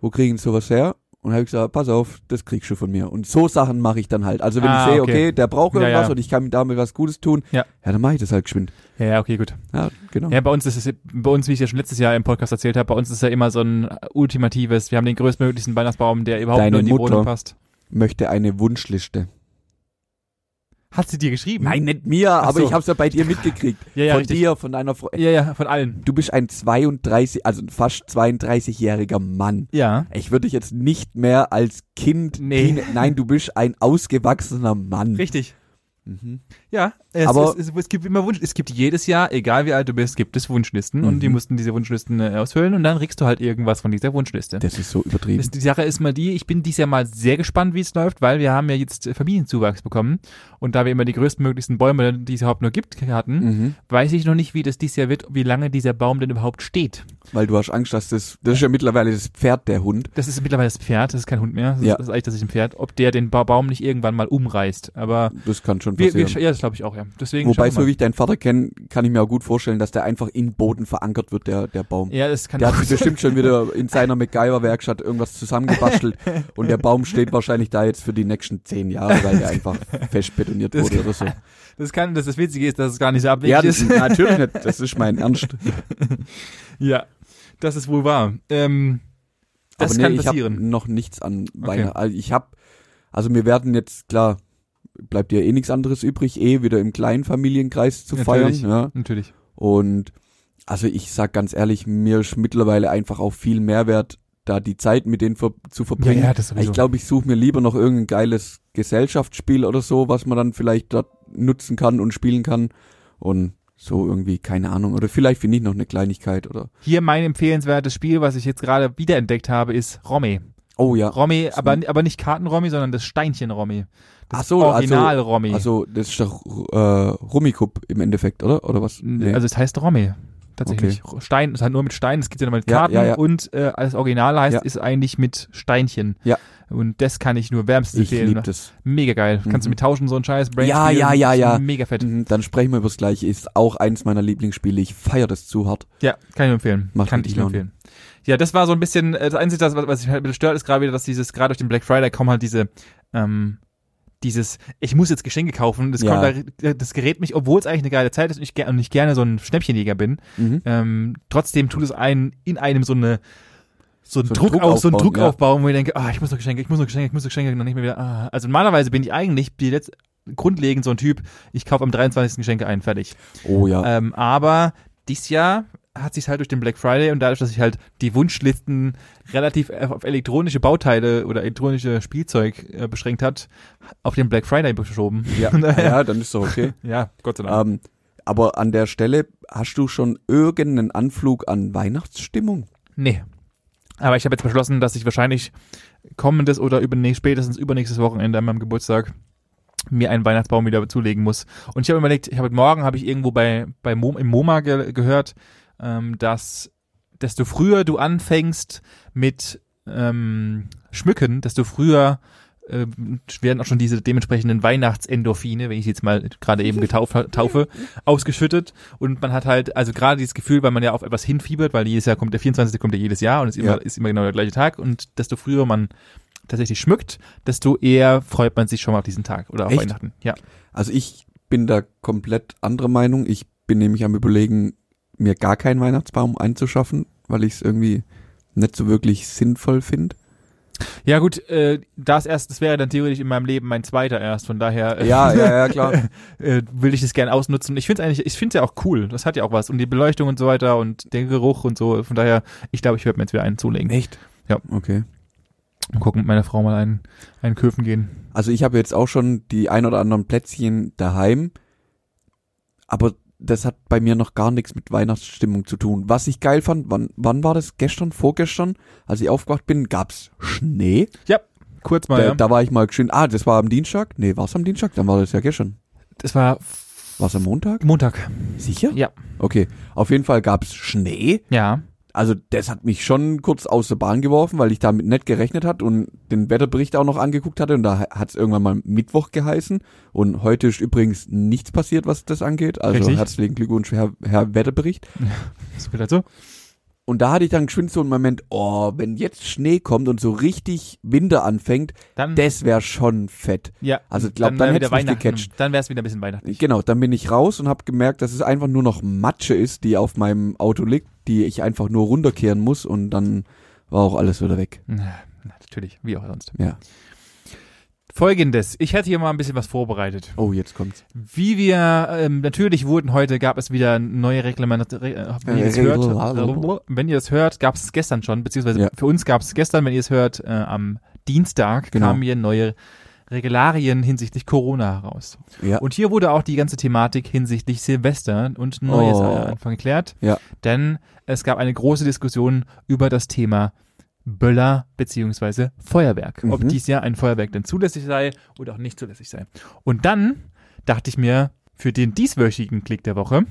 S1: wo kriegen Sie sowas her? Und habe ich gesagt, pass auf, das kriegst du von mir. Und so Sachen mache ich dann halt. Also wenn
S3: Ah,
S1: ich sehe,
S3: okay.
S1: okay. der braucht
S3: Ja,
S1: irgendwas
S3: ja.
S1: und ich kann ihm damit was Gutes tun,
S3: Ja.
S1: dann mache ich das halt geschwind.
S3: Ja, ja, okay, gut.
S1: Ja, genau.
S3: Ja, bei uns ist es, bei uns, wie ich ja schon letztes Jahr im Podcast erzählt habe, bei uns ist ja immer so ein ultimatives, wir haben den größtmöglichen Weihnachtsbaum, der überhaupt
S1: Deine
S3: nur in die
S1: Mutter.
S3: Wohnung passt.
S1: Möchte eine Wunschliste.
S3: Hat sie dir geschrieben?
S1: Nein, nicht mir,
S3: Ach
S1: aber
S3: so.
S1: ich habe es ja bei dir mitgekriegt.
S3: Ja, ja,
S1: von
S3: richtig.
S1: dir, von deiner Freundin.
S3: Ja, ja, von allen.
S1: Du bist ein 32, also ein fast 32-jähriger Mann.
S3: Ja.
S1: Ich würde dich jetzt nicht mehr als Kind.
S3: Nee.
S1: dienen. Nein, du bist ein ausgewachsener Mann.
S3: Richtig.
S1: Mhm.
S3: Ja, es,
S1: Aber-
S3: es, es, es gibt immer Wunsch, es gibt jedes Jahr, egal wie alt du bist, gibt es Wunschlisten und die
S1: Mhm.
S3: mussten diese Wunschlisten äh, ausfüllen und dann kriegst du halt irgendwas von dieser Wunschliste.
S1: Das ist so übertrieben.
S3: Das, die Sache ist mal die, ich bin dieses Jahr mal sehr gespannt, wie es läuft, weil wir haben ja jetzt äh, Familienzuwachs bekommen und da wir immer die größtmöglichsten Bäume, die es überhaupt nur gibt, hatten,
S1: Mhm.
S3: weiß ich noch nicht, wie das dieses Jahr wird, wie lange dieser Baum denn überhaupt steht.
S1: Weil du hast Angst, dass das, das ist ja mittlerweile das Pferd der Hund.
S3: Das ist mittlerweile das Pferd, das ist kein Hund mehr, das,
S1: Ja.
S3: ist, das ist eigentlich tatsächlich ein Pferd, ob der den Ba- Baum nicht irgendwann mal umreißt, aber
S1: Das kann schon
S3: wir, wir,
S1: passieren.
S3: ja, das glaube ich auch, ja. Deswegen
S1: Wobei,
S3: schauen wir
S1: so
S3: mal.
S1: wie ich deinen Vater kenne, kann ich mir auch gut vorstellen, dass der einfach in den Boden verankert wird, der, der Baum.
S3: ja, genau. das kann
S1: Der
S3: auch
S1: hat
S3: sein.
S1: bestimmt schon wieder in seiner MacGyver-Werkstatt irgendwas zusammengebastelt und der Baum steht wahrscheinlich da jetzt für die nächsten zehn Jahre, weil der einfach fest betoniert
S3: Das-
S1: wurde oder so.
S3: Das kann, das, das Witzige ist, dass es gar nicht so abwegig
S1: Ja,
S3: ist.
S1: natürlich nicht. Das ist mein Ernst.
S3: ja, das ist wohl wahr. Ähm, das
S1: Aber
S3: kann
S1: nee, ich habe
S3: passieren.
S1: noch nichts an Weihnachten. Also ich habe, also wir werden jetzt klar, bleibt ja eh nichts anderes übrig, eh wieder im kleinen Familienkreis zu
S3: Natürlich.
S1: feiern. Ja.
S3: Natürlich.
S1: Und also ich sag ganz ehrlich, mir ist mittlerweile einfach auch viel Mehrwert, da die Zeit mit denen ver zu verbringen.
S3: ja, das sowieso.
S1: ich glaube, ich suche mir lieber noch irgendein geiles Gesellschaftsspiel oder so, was man dann vielleicht dort nutzen kann und spielen kann. Und so irgendwie, keine Ahnung. Oder vielleicht finde ich noch eine Kleinigkeit oder.
S3: Hier mein empfehlenswertes Spiel, was ich jetzt gerade wiederentdeckt habe, ist Romme.
S1: Oh ja.
S3: Romme, aber, aber nicht Kartenromme, sondern das Steinchen Romme. Das
S1: Ach so, also-
S3: Original Romme. Also,
S1: Also das ist doch äh, Rummikub im Endeffekt, oder? Oder was? Nee.
S3: also es heißt Romme. Tatsächlich. Stein, es hat nur mit Stein, es gibt ja nochmal mit
S1: Ja,
S3: Karten
S1: ja, ja.
S3: und äh, das Original heißt,
S1: Ja.
S3: ist eigentlich mit Steinchen.
S1: Ja.
S3: Und das kann ich nur wärmstens
S1: ich
S3: empfehlen.
S1: liebe das.
S3: Mega geil. Kannst du
S1: Mhm.
S3: mit tauschen, so ein scheiß Brain
S1: Ja, ja, ja, ja.
S3: Mega fett.
S1: Mhm, dann sprechen wir über das gleiche. Ist auch eins meiner Lieblingsspiele. Ich feiere das zu hart.
S3: Ja, kann ich nur empfehlen.
S1: Macht
S3: kann
S1: richtig
S3: ich nur
S1: Laune.
S3: empfehlen. Ja, das war so ein bisschen, äh, das Einzige, das, was- was mich halt ein bisschen stört, ist gerade wieder, dass dieses, gerade durch den Black Friday kommen halt diese, ähm, dieses, ich muss jetzt Geschenke kaufen, das,
S1: Ja.
S3: kommt da, äh, das gerät mich, obwohl es eigentlich eine geile Zeit ist und ich, ger- und ich gerne so ein Schnäppchenjäger bin,
S1: Mhm.
S3: ähm, trotzdem tut es einen in einem so eine, so
S1: So einen
S3: einen Druck,
S1: Druck
S3: auf, so einen
S1: aufbauen,
S3: Druck
S1: ja.
S3: aufbauen, wo ich denke, ah, ich muss noch Geschenke, ich muss noch Geschenke, ich muss noch Geschenke, noch nicht mehr wieder, ah. Also normalerweise bin ich eigentlich, die letzt, grundlegend so ein Typ, ich kaufe am 23. Geschenke ein, fertig.
S1: Oh ja.
S3: Ähm, aber dies Jahr hat sich halt durch den Black Friday und dadurch, dass ich halt die Wunschlisten relativ e-, auf elektronische Bauteile oder elektronische Spielzeug äh, beschränkt hat, auf den Black Friday geschoben.
S1: ja. ja, dann ist doch okay.
S3: Ja, Gott sei Dank.
S1: ähm, aber an der Stelle hast du schon irgendeinen Anflug an Weihnachtsstimmung?
S3: nee. Aber ich habe jetzt beschlossen, dass ich wahrscheinlich kommendes oder übernächst, spätestens übernächstes Wochenende an meinem Geburtstag mir einen Weihnachtsbaum wieder zulegen muss. Und ich habe überlegt, ich habe heute Morgen habe ich irgendwo bei, bei Mo, im MoMA ge gehört, ähm, dass desto früher du anfängst mit ähm, Schmücken, desto früher ähm, werden auch schon diese dementsprechenden Weihnachtsendorphine, wenn ich sie jetzt mal gerade eben getauft taufe, ausgeschüttet. Und man hat halt, also gerade dieses Gefühl, weil man ja auf etwas hinfiebert, weil jedes Jahr kommt der 24. kommt ja jedes Jahr und es ist immer,
S1: Ja.
S3: ist immer genau der gleiche Tag. Und desto früher man tatsächlich schmückt, desto eher freut man sich schon mal auf diesen Tag oder auf
S1: Echt?
S3: Weihnachten. Ja.
S1: Also ich bin da komplett anderer Meinung. Ich bin nämlich am überlegen, mir gar keinen Weihnachtsbaum einzuschaffen, weil ich es irgendwie nicht so wirklich sinnvoll finde.
S3: Ja gut, äh, das erst, das wäre dann theoretisch in meinem Leben mein zweiter erst, von daher äh,
S1: Ja, ja, ja, klar.
S3: äh, will ich das gern ausnutzen. Ich finde es eigentlich, ich finde es ja auch cool, das hat ja auch was und die Beleuchtung und so weiter und der Geruch und so, von daher, ich glaube, ich werde mir jetzt wieder einen zulegen.
S1: Echt?
S3: Ja.
S1: Okay.
S3: Mal gucken, mit meiner Frau mal einen, einen Köfen gehen.
S1: Also ich habe jetzt auch schon die ein oder anderen Plätzchen daheim, aber das hat bei mir noch gar nichts mit Weihnachtsstimmung zu tun. Was ich geil fand, wann, wann war das? Gestern, vorgestern, als ich aufgewacht bin, gab's Schnee.
S3: Kurz mal,
S1: da,
S3: ja.
S1: da war ich mal schön. Ah, das war am Dienstag? Nee, war's am Dienstag? Dann war das ja gestern.
S3: das war
S1: War's am Montag?
S3: Montag.
S1: Sicher?
S3: Ja.
S1: Okay. Auf jeden Fall gab's Schnee.
S3: Ja.
S1: Also das hat mich schon kurz aus der Bahn geworfen, weil ich damit nicht gerechnet hat und den Wetterbericht auch noch angeguckt hatte und da hat es irgendwann mal Mittwoch geheißen und heute ist übrigens nichts passiert, was das angeht. Also
S3: Richtig.
S1: herzlichen Glückwunsch, Herr, Herr Wetterbericht.
S3: Ist wieder so.
S1: Und da hatte ich dann geschwind so einen Moment, oh, wenn jetzt Schnee kommt und so richtig Winter anfängt,
S3: Dann,
S1: das wäre schon fett.
S3: ja.
S1: also ich glaub, dann
S3: wär
S1: hätt's
S3: wieder
S1: mich
S3: Weihnachten.
S1: gecatcht.
S3: Dann wäre es wieder ein bisschen Weihnachten.
S1: Genau, dann bin ich raus und habe gemerkt, dass es einfach nur noch Matsche ist, die auf meinem Auto liegt, die ich einfach nur runterkehren muss und dann war auch alles wieder weg.
S3: Na, na, natürlich, wie auch sonst.
S1: Ja.
S3: Folgendes, ich hatte hier mal ein bisschen was vorbereitet.
S1: Oh, jetzt kommt's.
S3: Wie wir ähm, natürlich wurden heute, gab es wieder neue Reglemente. Re äh, wenn, ihr das hört, wenn ihr das hört, gab es gestern schon, beziehungsweise
S1: Ja.
S3: für uns gab es gestern, wenn ihr es hört, äh, am Dienstag
S1: Genau.
S3: kamen hier neue Regularien hinsichtlich Corona heraus.
S1: Ja.
S3: Und hier wurde auch die ganze Thematik hinsichtlich Silvester und Neues
S1: Oh.
S3: am Anfang geklärt.
S1: Ja.
S3: Denn es gab eine große Diskussion über das Thema Böller beziehungsweise Feuerwerk. Ob
S1: Mhm.
S3: dies Jahr ein Feuerwerk denn zulässig sei oder auch nicht zulässig sei. Und dann dachte ich mir, für den dieswöchigen Klick der Woche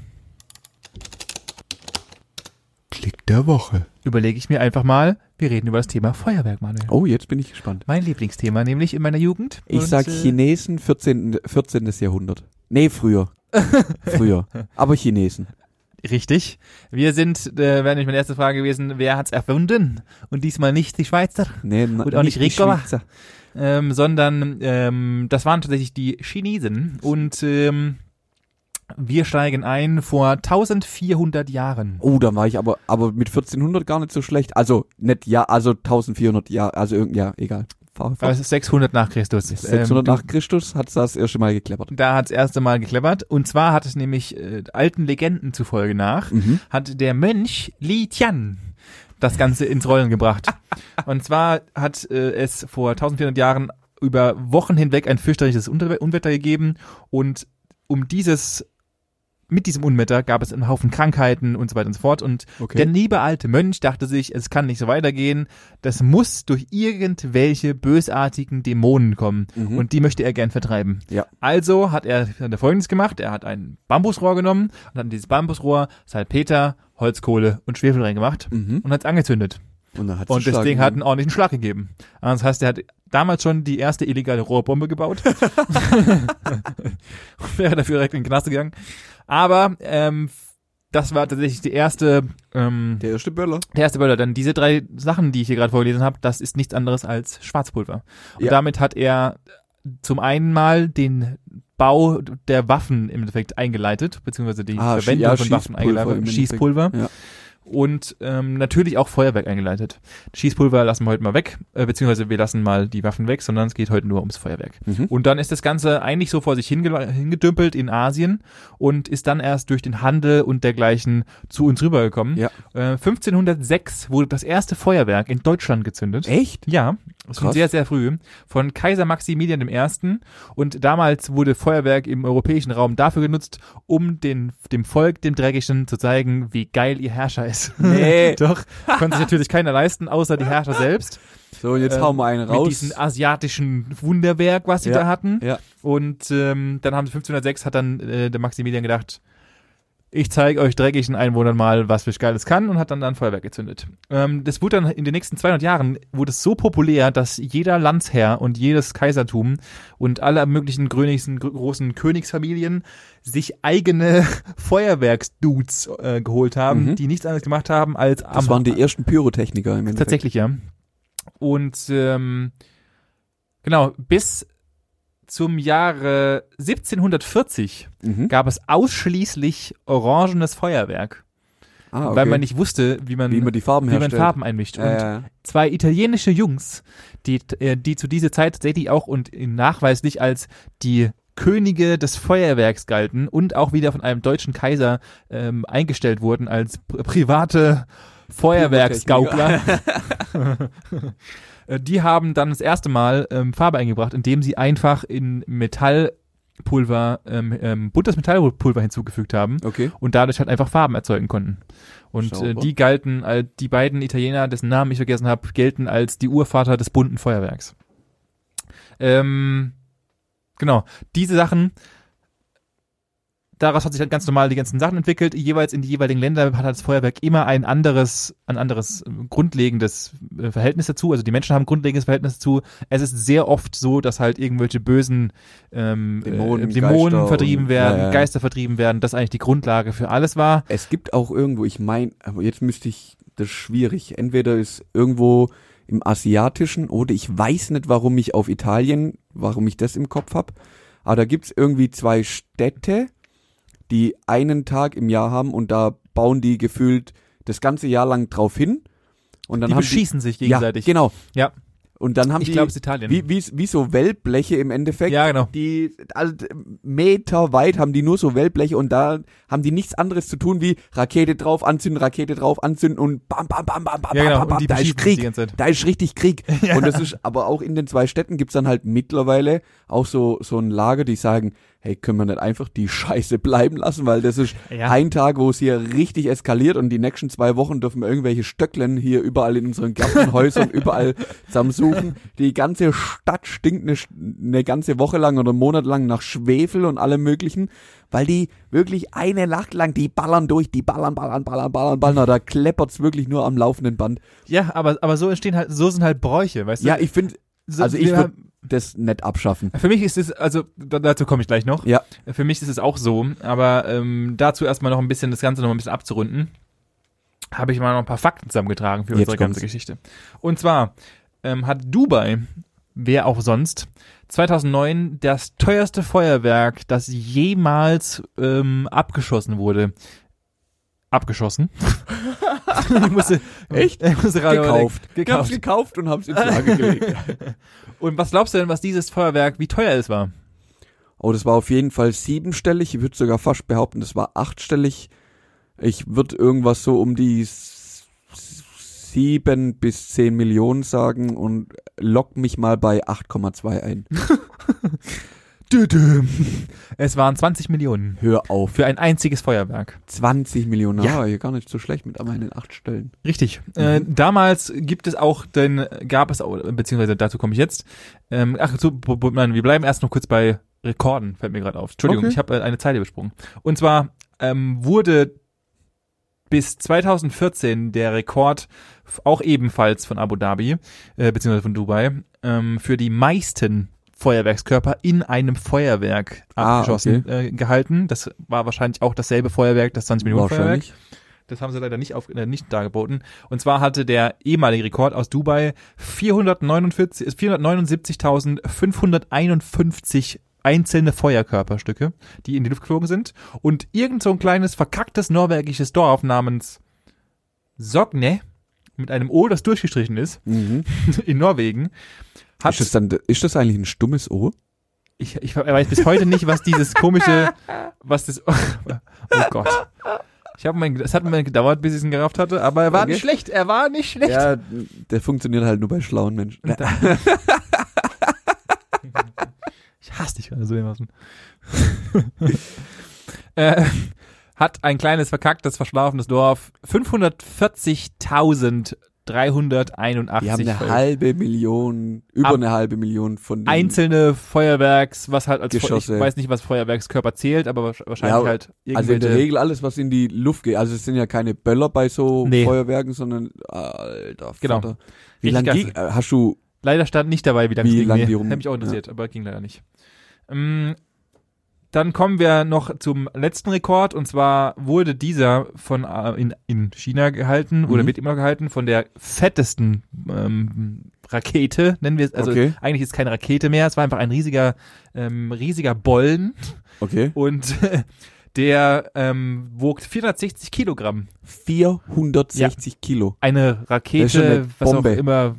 S1: Klick der Woche.
S3: überlege ich mir einfach mal, wir reden über das Thema Feuerwerk, Manuel.
S1: Oh, jetzt bin ich gespannt.
S3: Mein Lieblingsthema nämlich in meiner Jugend.
S1: Ich
S3: Und,
S1: sag
S3: äh,
S1: Chinesen 14. 14. Jahrhundert. Nee, früher. früher. Aber Chinesen.
S3: Richtig. Wir sind, äh, wäre nämlich meine erste Frage gewesen, wer hat's erfunden? Und diesmal nicht die Schweizer.
S1: Nee, na-
S3: Und auch nicht
S1: die
S3: Ricola?
S1: Schweizer.
S3: ähm, sondern ähm, das waren tatsächlich die Chinesen. Und ähm, wir steigen ein vor 1400 Jahren.
S1: Oh, da war ich aber, aber mit 1400 gar nicht so schlecht. Also, nicht, ja, also 1400, ja, also irgendein, ja, egal. Fahr- fahr-
S3: Also 600 nach Christus.
S1: 600
S3: Ähm,
S1: nach Christus hat's das erste Mal gekleppert.
S3: da hat's erste Mal gekleppert. Und zwar hat es nämlich äh, alten Legenden zufolge nach,
S1: Mhm.
S3: hat der Mönch Li Tian das Ganze ins Rollen gebracht. Und zwar hat äh, es vor 1400 Jahren über Wochen hinweg ein fürchterliches Unter- Unwetter gegeben und um dieses mit diesem Unwetter gab es einen Haufen Krankheiten und so weiter und so fort und
S1: Okay.
S3: der liebe alte Mönch dachte sich, es kann nicht so weitergehen, das muss durch irgendwelche bösartigen Dämonen kommen
S1: Mhm.
S3: und die möchte er gern vertreiben.
S1: Ja.
S3: Also hat er, hat er folgendes gemacht, er hat ein Bambusrohr genommen und hat in dieses Bambusrohr Salpeter, Holzkohle und Schwefel reingemacht
S1: mhm.
S3: und hat es angezündet.
S1: Und, dann hat's
S3: Und das
S1: Schlag
S3: Ding hat einen
S1: gegeben.
S3: ordentlichen Schlag gegeben. Das heißt, er hat damals schon die erste illegale Rohrbombe gebaut. Und Wäre dafür direkt in den Knast gegangen. Aber ähm, das war tatsächlich die erste, ähm,
S1: Der erste Böller.
S3: der erste Böller. Dann diese drei Sachen, die ich hier gerade vorgelesen habe, das ist nichts anderes als Schwarzpulver. Und
S1: Ja.
S3: damit hat er zum einen mal den Bau der Waffen im Endeffekt eingeleitet, beziehungsweise die
S1: Ah, Schie-
S3: Verwendung
S1: ja,
S3: von Waffen
S1: Schießpulver im
S3: eingeleitet,
S1: Endeffekt.
S3: Schießpulver
S1: Ja.
S3: und ähm, natürlich auch Feuerwerk eingeleitet. Schießpulver lassen wir heute mal weg, äh, beziehungsweise wir lassen mal die Waffen weg, sondern es geht heute nur ums Feuerwerk.
S1: Mhm.
S3: Und dann ist das Ganze eigentlich so vor sich hinge hingedümpelt in Asien und ist dann erst durch den Handel und dergleichen zu uns rübergekommen.
S1: Ja.
S3: Äh, 1506 wurde das erste Feuerwerk in Deutschland gezündet.
S1: Echt?
S3: Ja, schon
S1: Krass.
S3: sehr, sehr früh. Von Kaiser Maximilian I. Und damals wurde Feuerwerk im europäischen Raum dafür genutzt, um den, dem Volk, dem Dreckischen, zu zeigen, wie geil ihr Herrscher ist.
S1: Nee.
S3: Doch, konnte sich natürlich keiner leisten, außer die Herrscher selbst.
S1: So, und jetzt
S3: Ähm,
S1: hauen wir einen
S3: Mit
S1: raus.
S3: diesem asiatischen Wunderwerk, was sie
S1: Ja,
S3: da hatten.
S1: ja.
S3: Und ähm, dann haben sie 1506, hat dann äh, der Maximilian gedacht, ich zeige euch dreckigen Einwohnern mal, was für Geiles kann und hat dann da ein Feuerwerk gezündet. Ähm, das wurde dann in den nächsten 200 Jahren wurde es so populär, dass jeder Landsherr und jedes Kaisertum und alle möglichen grönigsten, gr großen Königsfamilien sich eigene Feuerwerksdudes äh, geholt haben,
S1: Mhm.
S3: die nichts anderes gemacht haben als
S1: Das waren die ersten Pyrotechniker im Endeffekt.
S3: Tatsächlich, ja. Und ähm, genau, bis zum Jahre 1740
S1: Mhm.
S3: gab es ausschließlich orangenes Feuerwerk.
S1: Ah, okay.
S3: weil man nicht wusste, wie man,
S1: wie man die Farben
S3: wie man
S1: herstellt.
S3: Farben einmischt.
S1: Ja,
S3: und
S1: ja, ja.
S3: zwei italienische Jungs, die, äh, die zu dieser Zeit tatsächlich auch und nachweislich als die Könige des Feuerwerks galten und auch wieder von einem deutschen Kaiser ähm, eingestellt wurden als pri- private Feuerwerksgaukler. Äh, die haben dann das erste Mal ähm, Farbe eingebracht, indem sie einfach in Metallpulver, ähm, ähm, buntes Metallpulver hinzugefügt haben
S1: Okay.
S3: und dadurch halt einfach Farben erzeugen konnten. Und
S1: Sauber.
S3: äh, die galten, äh, die beiden Italiener, dessen Namen ich vergessen habe, gelten als die Urvater des bunten Feuerwerks. Ähm, genau, diese Sachen, daraus hat sich halt ganz normal die ganzen Sachen entwickelt. Jeweils in die jeweiligen Länder hat halt das Feuerwerk immer ein anderes, ein anderes äh, grundlegendes äh, Verhältnis dazu. Also die Menschen haben ein grundlegendes Verhältnis dazu. Es ist sehr oft so, dass halt irgendwelche bösen ähm,
S1: Dämonen,
S3: äh, Dämonen
S1: Geister
S3: vertrieben
S1: und-
S3: werden,
S1: ja, ja.
S3: Geister vertrieben werden. Das eigentlich die Grundlage für alles war.
S1: Es gibt auch irgendwo, ich meine, aber jetzt müsste ich, das ist schwierig. Entweder ist irgendwo im Asiatischen oder ich weiß nicht, warum ich auf Italien, warum ich das im Kopf habe. Aber da gibt's irgendwie zwei Städte, die einen Tag im Jahr haben und da bauen die gefühlt das ganze Jahr lang drauf hin. Und dann
S3: die
S1: haben
S3: beschießen sich
S1: die,
S3: gegenseitig.
S1: Ja, genau.
S3: Ja.
S1: Und dann haben
S3: ich
S1: die,
S3: glaube, es ist Italien.
S1: wie, wie, wie so Wellbleche im Endeffekt,
S3: ja, genau.
S1: die also Meter weit haben die nur so Wellbleche und da haben die nichts anderes zu tun wie Rakete drauf anzünden, Rakete drauf anzünden und bam bam bam bam bam
S3: Ja, genau.
S1: bam, bam
S3: Und die
S1: da ist
S3: beschießen sich die
S1: Krieg.
S3: ganze Zeit.
S1: Da ist richtig Krieg. Und das ist aber auch in den zwei Städten gibt's dann halt mittlerweile auch so so ein Lager, die sagen, hey, können wir nicht einfach die Scheiße bleiben lassen, weil das ist
S3: Ja.
S1: ein Tag, wo es hier richtig eskaliert und die nächsten zwei Wochen dürfen wir irgendwelche Stöcklen hier überall in unseren Gartenhäusern überall zusammensuchen. Die ganze Stadt stinkt eine, Sch- eine ganze Woche lang oder einen Monat lang nach Schwefel und allem möglichen, weil die wirklich eine Nacht lang, die ballern durch, die ballern, ballern, ballern, ballern, ballern, da kleppert's wirklich nur am laufenden Band.
S3: Ja, aber, aber so entstehen halt, so sind halt Bräuche, weißt
S1: Ja,
S3: du?
S1: ich finde,
S3: So,
S1: also ich
S3: wir
S1: würde
S3: haben-
S1: das nicht abschaffen.
S3: für mich ist es, also da- dazu komme ich gleich noch.
S1: Ja.
S3: Für mich ist es auch so, aber ähm, dazu erstmal noch ein bisschen, das Ganze noch ein bisschen abzurunden, habe ich mal noch ein paar Fakten zusammengetragen für
S1: Jetzt
S3: unsere ganze
S1: kommt's.
S3: Geschichte. Und zwar ähm, hat Dubai, wer auch sonst, 2009 das teuerste Feuerwerk, das jemals ähm, abgeschossen wurde. Abgeschossen. ich musste,
S1: Echt?
S3: Ich musste gerade
S1: Gekauft.
S3: überlegen.
S1: Ich hab's
S3: Gekauft.
S1: gekauft und hab's ins Lager gelegt.
S3: Und was glaubst du denn, was dieses Feuerwerk, wie teuer es war?
S1: Oh, das war auf jeden Fall siebenstellig. Ich würde sogar fast behaupten, das war achtstellig. Ich würde irgendwas so um die s- sieben bis zehn Millionen sagen und lock mich mal bei 8,2 ein.
S3: Tü-tü. Es waren 20 Millionen
S1: Hör auf.
S3: für ein einziges Feuerwerk.
S1: 20 Millionen.
S3: Ja.
S1: Ja, hier gar nicht so schlecht mit meinen acht Stellen.
S3: Richtig. Äh,
S1: Mhm.
S3: damals gibt es auch, denn gab es, auch- beziehungsweise dazu komme ich jetzt. Ähm, ach, so, b- b- nein, wir bleiben erst noch kurz bei Rekorden, fällt mir gerade auf. Entschuldigung,
S1: Okay.
S3: ich habe äh, eine Zeile übersprungen. Und zwar ähm, wurde bis 2014 der Rekord f- auch ebenfalls von Abu Dhabi, äh, beziehungsweise von Dubai, ähm, für die meisten Feuerwerkskörper in einem Feuerwerk
S1: Ah,
S3: abgeschossen äh, gehalten. Das war wahrscheinlich auch dasselbe Feuerwerk, das 20 Millionen Feuerwerk.
S1: Wahrscheinlich.
S3: Das haben sie leider nicht, auf, äh, nicht dargeboten. Und zwar hatte der ehemalige Rekord aus Dubai 449 äh, 479.551 einzelne Feuerkörperstücke, die in die Luft geflogen sind. Und irgend so ein kleines verkacktes norwegisches Dorf namens Sogne mit einem O, das durchgestrichen ist,
S1: Mhm.
S3: in Norwegen, hat
S1: Ist das dann, ist das eigentlich ein stummes O?
S3: ich, ich weiß bis heute nicht, was dieses komische, was das. Oh Gott. Ich hab mein, es hat mir gedauert, bis ich es gerafft hatte, aber er war
S1: Okay.
S3: nicht schlecht. Er war nicht schlecht.
S1: Ja, der funktioniert halt nur bei schlauen Menschen.
S3: Ich hasse dich gerade so dermaßen. äh, hat ein kleines, verkacktes, verschlafenes Dorf 540.381
S1: Die haben eine
S3: Feuer-
S1: halbe Million, über
S3: Ab-
S1: eine halbe Million von den-
S3: einzelne Feuerwerks, was halt als Feu- ich
S1: Geschosse.
S3: weiß nicht, was Feuerwerkskörper zählt, aber wahrsch- wahrscheinlich
S1: Ja,
S3: halt
S1: Also in der
S3: irgendwelche
S1: Regel alles, was in die Luft geht. Also es sind ja keine Böller bei so
S3: Nee.
S1: Feuerwerken, sondern alter
S3: Genau.
S1: Vater. Wie lange
S3: Richtig geil.
S1: ging, äh, hast du,
S3: Leider stand nicht dabei, wie lange
S1: Wie
S3: es ging.
S1: lang
S3: nee,
S1: die rum-
S3: Hätte mich auch interessiert, aber ging leider nicht. Ähm, dann kommen wir noch zum letzten Rekord und zwar wurde dieser von äh, in, in China gehalten oder
S1: Mhm.
S3: wird immer gehalten von der fettesten ähm, Rakete, nennen wir es. Also
S1: Okay.
S3: eigentlich ist es keine Rakete mehr, es war einfach ein riesiger, ähm, riesiger Bollen
S1: okay,
S3: und der ähm, wog 460 Kilogramm.
S1: 460 Kilo. Das
S3: Eine
S1: ist schon
S3: Rakete,
S1: eine
S3: was auch
S1: Bombe.
S3: immer,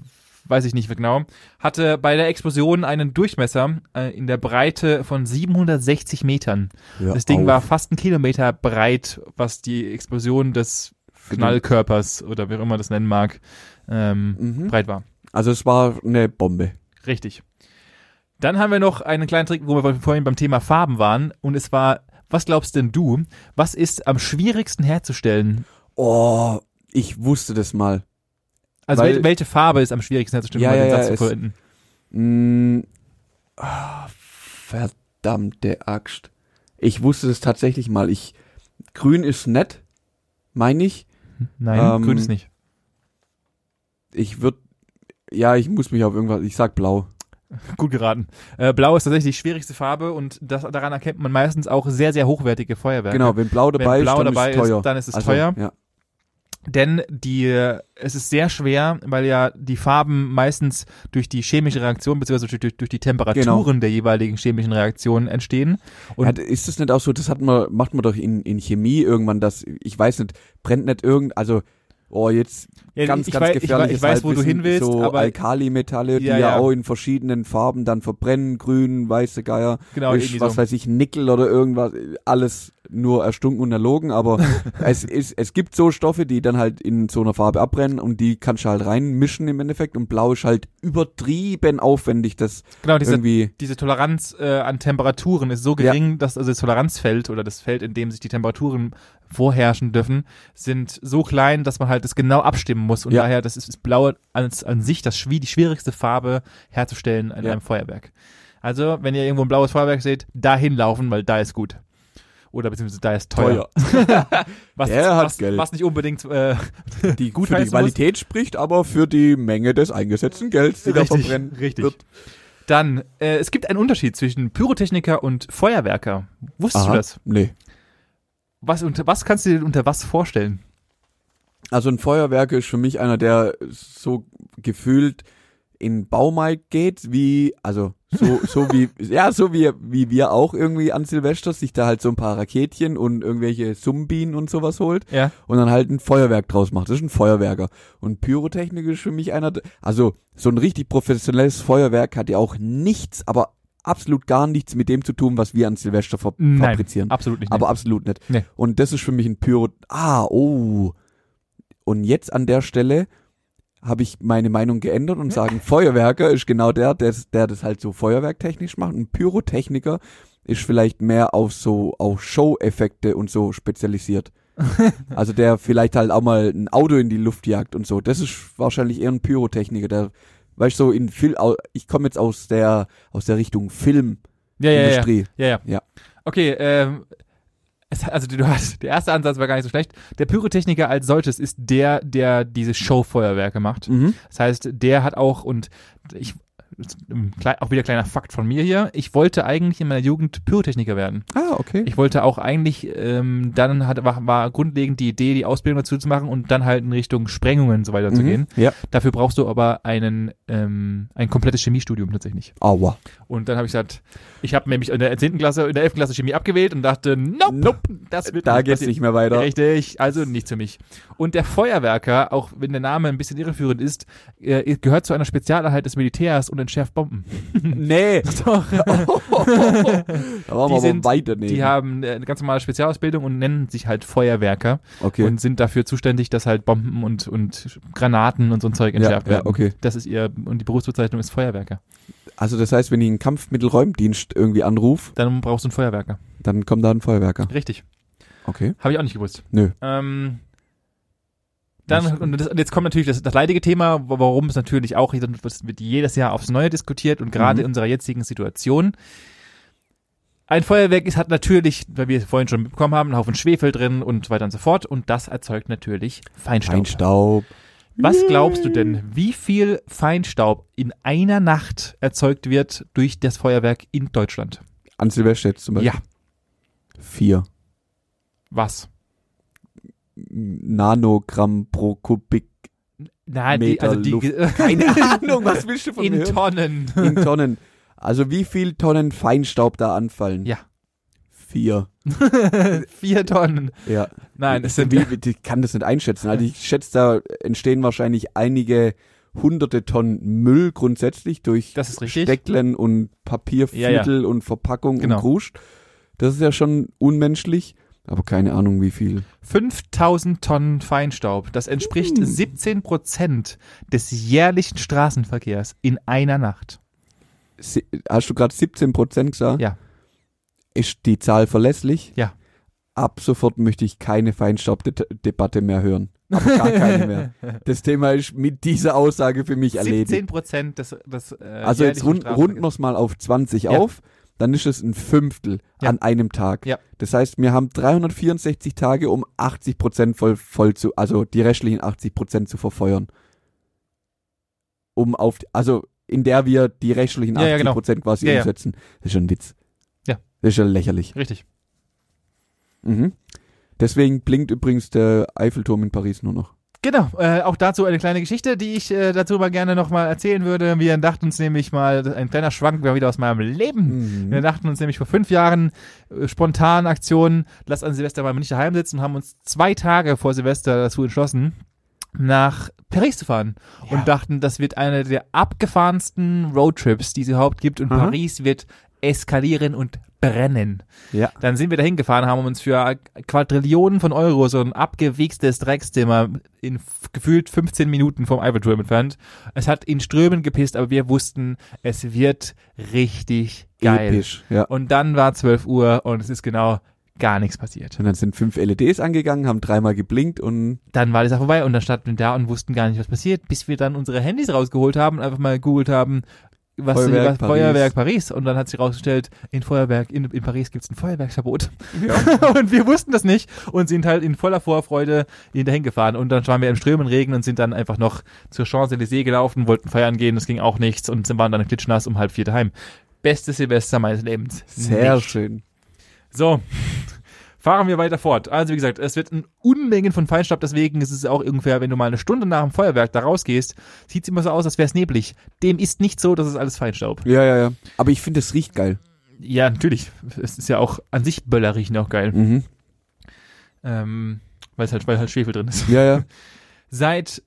S3: weiß ich nicht genau, hatte bei der Explosion einen Durchmesser äh, in der Breite von 760 Metern.
S1: Hör
S3: Das Ding
S1: auf.
S3: war fast einen Kilometer breit, was die Explosion des
S1: Genau.
S3: Knallkörpers oder wie auch immer das nennen mag, ähm,
S1: Mhm.
S3: breit war.
S1: Also es war eine Bombe.
S3: Richtig. Dann haben wir noch einen kleinen Trick, wo wir vorhin beim Thema Farben waren. Und es war, was glaubst denn du, was ist am schwierigsten herzustellen?
S1: Oh, ich wusste das mal.
S3: Also
S1: Weil-
S3: wel welche Farbe ist am schwierigsten herzustellen,
S1: Ja,
S3: um mal
S1: ja,
S3: den
S1: ja,
S3: Satz zu
S1: es-
S3: vollenden?
S1: Mm, ah, verdammte Axt. Ich wusste das tatsächlich mal. Ich grün ist nett, meine ich.
S3: Nein,
S1: Ähm,
S3: grün ist nicht.
S1: Ich würde ja, ich muss mich auf irgendwas. Ich sag blau.
S3: Gut geraten. Äh, Blau ist tatsächlich die schwierigste Farbe und das, daran erkennt man meistens auch sehr, sehr hochwertige Feuerwerke.
S1: Genau, wenn blau dabei
S3: Wenn Blau
S1: ist, dann
S3: dabei
S1: ist es teuer.
S3: ist, dann ist es
S1: Also,
S3: teuer.
S1: Ja.
S3: Denn die, es ist sehr schwer, weil ja die Farben meistens durch die chemische Reaktion bzw. Durch, durch, durch die Temperaturen
S1: Genau.
S3: der jeweiligen chemischen Reaktionen entstehen. Und-
S1: ja, ist das nicht auch so, das hat man, macht man doch in, in Chemie irgendwann, dass, ich weiß nicht, brennt nicht irgend, also, oh, jetzt
S3: Ja,
S1: ganz,
S3: ich,
S1: ganz
S3: wei- ich, wei-
S1: gefährliches
S3: ich weiß, wo du
S1: Halbwissen,
S3: hin willst,
S1: so
S3: aber
S1: Alkalimetalle, die
S3: Ja,
S1: ja,
S3: ja.
S1: auch in verschiedenen Farben dann verbrennen, grün, weiße Geier,
S3: genau,
S1: ist,
S3: irgendwie
S1: was
S3: so.
S1: weiß ich, Nickel oder irgendwas, alles nur erstunken und erlogen, aber es ist, es gibt so Stoffe, die dann halt in so einer Farbe abbrennen und die kannst du halt reinmischen im Endeffekt und blau ist halt übertrieben aufwendig, das
S3: genau diese,
S1: irgendwie,
S3: diese Toleranz äh, an Temperaturen ist so gering, dass also das Toleranzfeld oder das Feld, in dem sich die Temperaturen vorherrschen dürfen, sind so klein, dass man halt das genau abstimmen muss. Und
S1: Ja.
S3: daher, das ist, ist blau als, an sich das, schwi- die schwierigste Farbe herzustellen an
S1: Ja.
S3: einem Feuerwerk. Also, wenn ihr irgendwo ein blaues Feuerwerk seht, dahin laufen, weil da ist gut. Oder beziehungsweise da ist teuer.
S1: teuer.
S3: Was,
S1: Der hat
S3: was,
S1: Geld.
S3: was nicht unbedingt äh,
S1: die
S3: gut
S1: für die
S3: heißen muss.
S1: Qualität spricht, aber für die Menge des eingesetzten Gelds, die da verbrennen.
S3: Richtig.
S1: wird.
S3: Dann, äh, es gibt einen Unterschied zwischen Pyrotechniker und Feuerwerker. Wusstest du das?
S1: Nee.
S3: Was, unter, was kannst du dir unter was vorstellen?
S1: Also ein Feuerwerk ist für mich einer, der so gefühlt in den Baumarkt geht, wie, also so, so wie, ja, so wie, wie wir auch irgendwie an Silvester sich da halt so ein paar Raketchen und irgendwelche Sumbien und sowas holt
S3: Ja.
S1: und dann halt ein Feuerwerk draus macht. Das ist ein Feuerwerker. Und Pyrotechnik ist für mich einer, also so ein richtig professionelles Feuerwerk hat ja auch nichts, aber absolut gar nichts mit dem zu tun, was wir an Silvester ver
S3: Nein.
S1: fabrizieren.
S3: Absolut nicht.
S1: Aber absolut nicht.
S3: Nee.
S1: Und das ist für mich ein Pyro. Ah, oh. Und jetzt an der Stelle habe ich meine Meinung geändert und sagen, Feuerwerker ist genau der, der, der das halt so feuerwerktechnisch macht. Ein Pyrotechniker ist vielleicht mehr auf so auf Show-Effekte und so spezialisiert. also der vielleicht halt auch mal ein Auto in die Luft jagt und so. Das ist wahrscheinlich eher ein Pyrotechniker, der weißt du, so in Film ich komme jetzt aus der aus der Richtung Filmindustrie.
S3: ja, ja, ja, ja, ja.
S1: Ja.
S3: Okay, ähm, es, also du hast, der erste Ansatz war gar nicht so schlecht. Der Pyrotechniker als solches ist der, der diese Showfeuerwerke macht.
S1: Mhm.
S3: Das heißt, der hat auch und ich klei- auch wieder kleiner Fakt von mir hier. Ich wollte eigentlich in meiner Jugend Pyrotechniker werden.
S1: Ah, okay.
S3: Ich wollte auch eigentlich, ähm, dann hat, war, war grundlegend die Idee, die Ausbildung dazu zu machen und dann halt in Richtung Sprengungen und so weiter zu
S1: Mhm.
S3: gehen.
S1: Ja.
S3: Dafür brauchst du aber einen, ähm, ein komplettes Chemiestudium tatsächlich.
S1: Aua.
S3: Und dann habe ich gesagt, ich habe nämlich in der 10. Klasse, in der 11. Klasse Chemie abgewählt und dachte, nope,
S1: Nope.
S3: das wird
S1: Da
S3: nicht
S1: geht's
S3: passieren.
S1: nicht mehr weiter.
S3: Richtig, also nichts für mich. Und der Feuerwerker, auch wenn der Name ein bisschen irreführend ist, äh, gehört zu einer Spezialeinheit des Militärs und entschärft Bomben.
S1: Nee.
S3: Doch.
S1: Da waren
S3: Die
S1: wir aber
S3: sind-
S1: weit daneben.
S3: Die haben äh, eine ganz normale Spezialausbildung und nennen sich halt Feuerwerker
S1: okay.
S3: und sind dafür zuständig, dass halt Bomben und, und Granaten und so ein Zeug
S1: ja,
S3: entschärft
S1: ja,
S3: werden.
S1: okay.
S3: Das ist ihr, und die Berufsbezeichnung ist Feuerwerker.
S1: Also das heißt, wenn ich einen Kampfmittelräumdienst irgendwie anrufe,
S3: Dann brauchst du einen Feuerwerker.
S1: dann kommt da ein Feuerwerker.
S3: Richtig.
S1: Okay.
S3: Habe ich auch nicht gewusst.
S1: Nö.
S3: Ähm, dann,
S1: Was?
S3: und das, und jetzt kommt natürlich das, das leidige Thema, wa- warum es natürlich auch, das wird jedes Jahr aufs Neue diskutiert und gerade
S1: Mhm.
S3: in unserer jetzigen Situation. Ein Feuerwerk ist, hat natürlich, weil wir es vorhin schon mitbekommen haben, einen Haufen Schwefel drin und so weiter und so fort und das erzeugt natürlich Feinstaub.
S1: Feinstaub.
S3: Was glaubst du denn, wie viel Feinstaub in einer Nacht erzeugt wird durch das Feuerwerk in Deutschland?
S1: An Silvester jetzt zum Beispiel.
S3: Ja,
S1: Vier.
S3: was?
S1: Nanogramm pro Kubik.
S3: Nein, die,
S1: Meter
S3: also die,
S1: Luft. Keine Ahnung, was willst du von mir?
S3: in
S1: hören?
S3: Tonnen.
S1: In Tonnen. Also wie viel Tonnen Feinstaub da anfallen?
S3: Ja.
S1: Vier.
S3: Vier Tonnen.
S1: Ja.
S3: Nein, es sind,
S1: wie, wie- ich kann das nicht einschätzen. Also ich schätze, da entstehen wahrscheinlich einige hunderte Tonnen Müll grundsätzlich durch
S3: das ist richtig.
S1: Stecklen und Papierviertel und Verpackung
S3: Genau.
S1: und Krusch. Das ist ja schon unmenschlich, aber keine Ahnung wie viel.
S3: 5000 Tonnen Feinstaub. Das entspricht
S1: Hm.
S3: 17 Prozent des jährlichen Straßenverkehrs in einer Nacht.
S1: Si hast du gerade 17 Prozent gesagt?
S3: Ja.
S1: Ist die Zahl verlässlich?
S3: Ja.
S1: Ab sofort möchte ich keine Feinstaubdebatte mehr hören. Aber gar keine mehr. Das Thema ist mit dieser Aussage für mich erledigt.
S3: 17 Prozent des, des äh,
S1: Also jetzt
S3: jährlichen
S1: rund,
S3: Straßenverkehrs.
S1: runden wir es mal auf 20
S3: Ja.
S1: auf, dann ist es ein Fünftel
S3: Ja.
S1: an einem Tag.
S3: Ja.
S1: Das heißt, wir haben 364 Tage, um 80 Prozent voll, voll zu, also die restlichen 80 Prozent zu verfeuern. Um auf, also in der wir die restlichen
S3: Ja, ja,
S1: 80
S3: genau.
S1: Prozent quasi
S3: Ja, ja.
S1: umsetzen. Das ist schon ein Witz.
S3: Ja.
S1: Das ist schon lächerlich.
S3: Richtig.
S1: Mhm. Deswegen blinkt übrigens der Eiffelturm in Paris nur noch.
S3: Genau, äh, auch dazu eine kleine Geschichte, die ich äh, dazu mal gerne nochmal erzählen würde. Wir dachten uns nämlich mal, ein kleiner Schwank war wieder aus meinem Leben. Wir
S1: Mhm.
S3: dachten uns nämlich vor fünf Jahren, äh, spontan Aktion, lass an Silvester mal nicht daheim sitzen und haben uns zwei Tage vor Silvester dazu entschlossen, nach Paris zu fahren. Und dachten, das wird einer der abgefahrensten Roadtrips, die es überhaupt gibt. Und
S1: Mhm.
S3: Paris wird eskalieren und brennen.
S1: Ja.
S3: Dann sind wir dahin gefahren, haben uns für Quadrillionen von Euro so ein abgewegstes Drecksthema in f- gefühlt 15 Minuten vom Eiffelturm entfernt. Es hat in Strömen gepisst, aber wir wussten, es wird richtig geil.
S1: Episch. Ja.
S3: Und dann war 12 Uhr und es ist genau gar nichts passiert.
S1: Und dann sind fünf LEDs angegangen, haben dreimal geblinkt und
S3: Dann war die Sache vorbei und dann standen wir da und wussten gar nicht, was passiert, bis wir dann unsere Handys rausgeholt haben und einfach mal gegoogelt haben, was
S1: Feuerwerk
S3: was,
S1: Paris.
S3: Feuerwerk Paris. Und dann hat sich herausgestellt, in Feuerwerk, in, in Paris gibt es ein Feuerwerksverbot. und wir wussten das nicht und sind halt in voller Vorfreude hinterhin gefahren. Und dann waren wir im strömenden Regen und sind dann einfach noch zur Champs-Élysées gelaufen, wollten feiern gehen, das ging auch nichts und sind- waren dann klitschnass um halb vier daheim. Bestes Silvester meines Lebens.
S1: sehr
S3: Nicht.
S1: schön.
S3: So, fahren wir weiter fort. Also wie gesagt, es wird ein Unmengen von Feinstaub, deswegen ist es auch ungefähr, wenn du mal eine Stunde nach dem Feuerwerk da rausgehst, sieht es immer so aus, als wäre es neblig. Dem ist nicht so, das ist alles Feinstaub.
S1: Ja, ja, ja. Aber ich finde, es riecht geil.
S3: Ja, natürlich. Es ist ja auch an sich Böller riechen auch geil.
S1: Mhm.
S3: Ähm, weil es halt, weil halt Schwefel drin ist.
S1: Ja, ja.
S3: Seit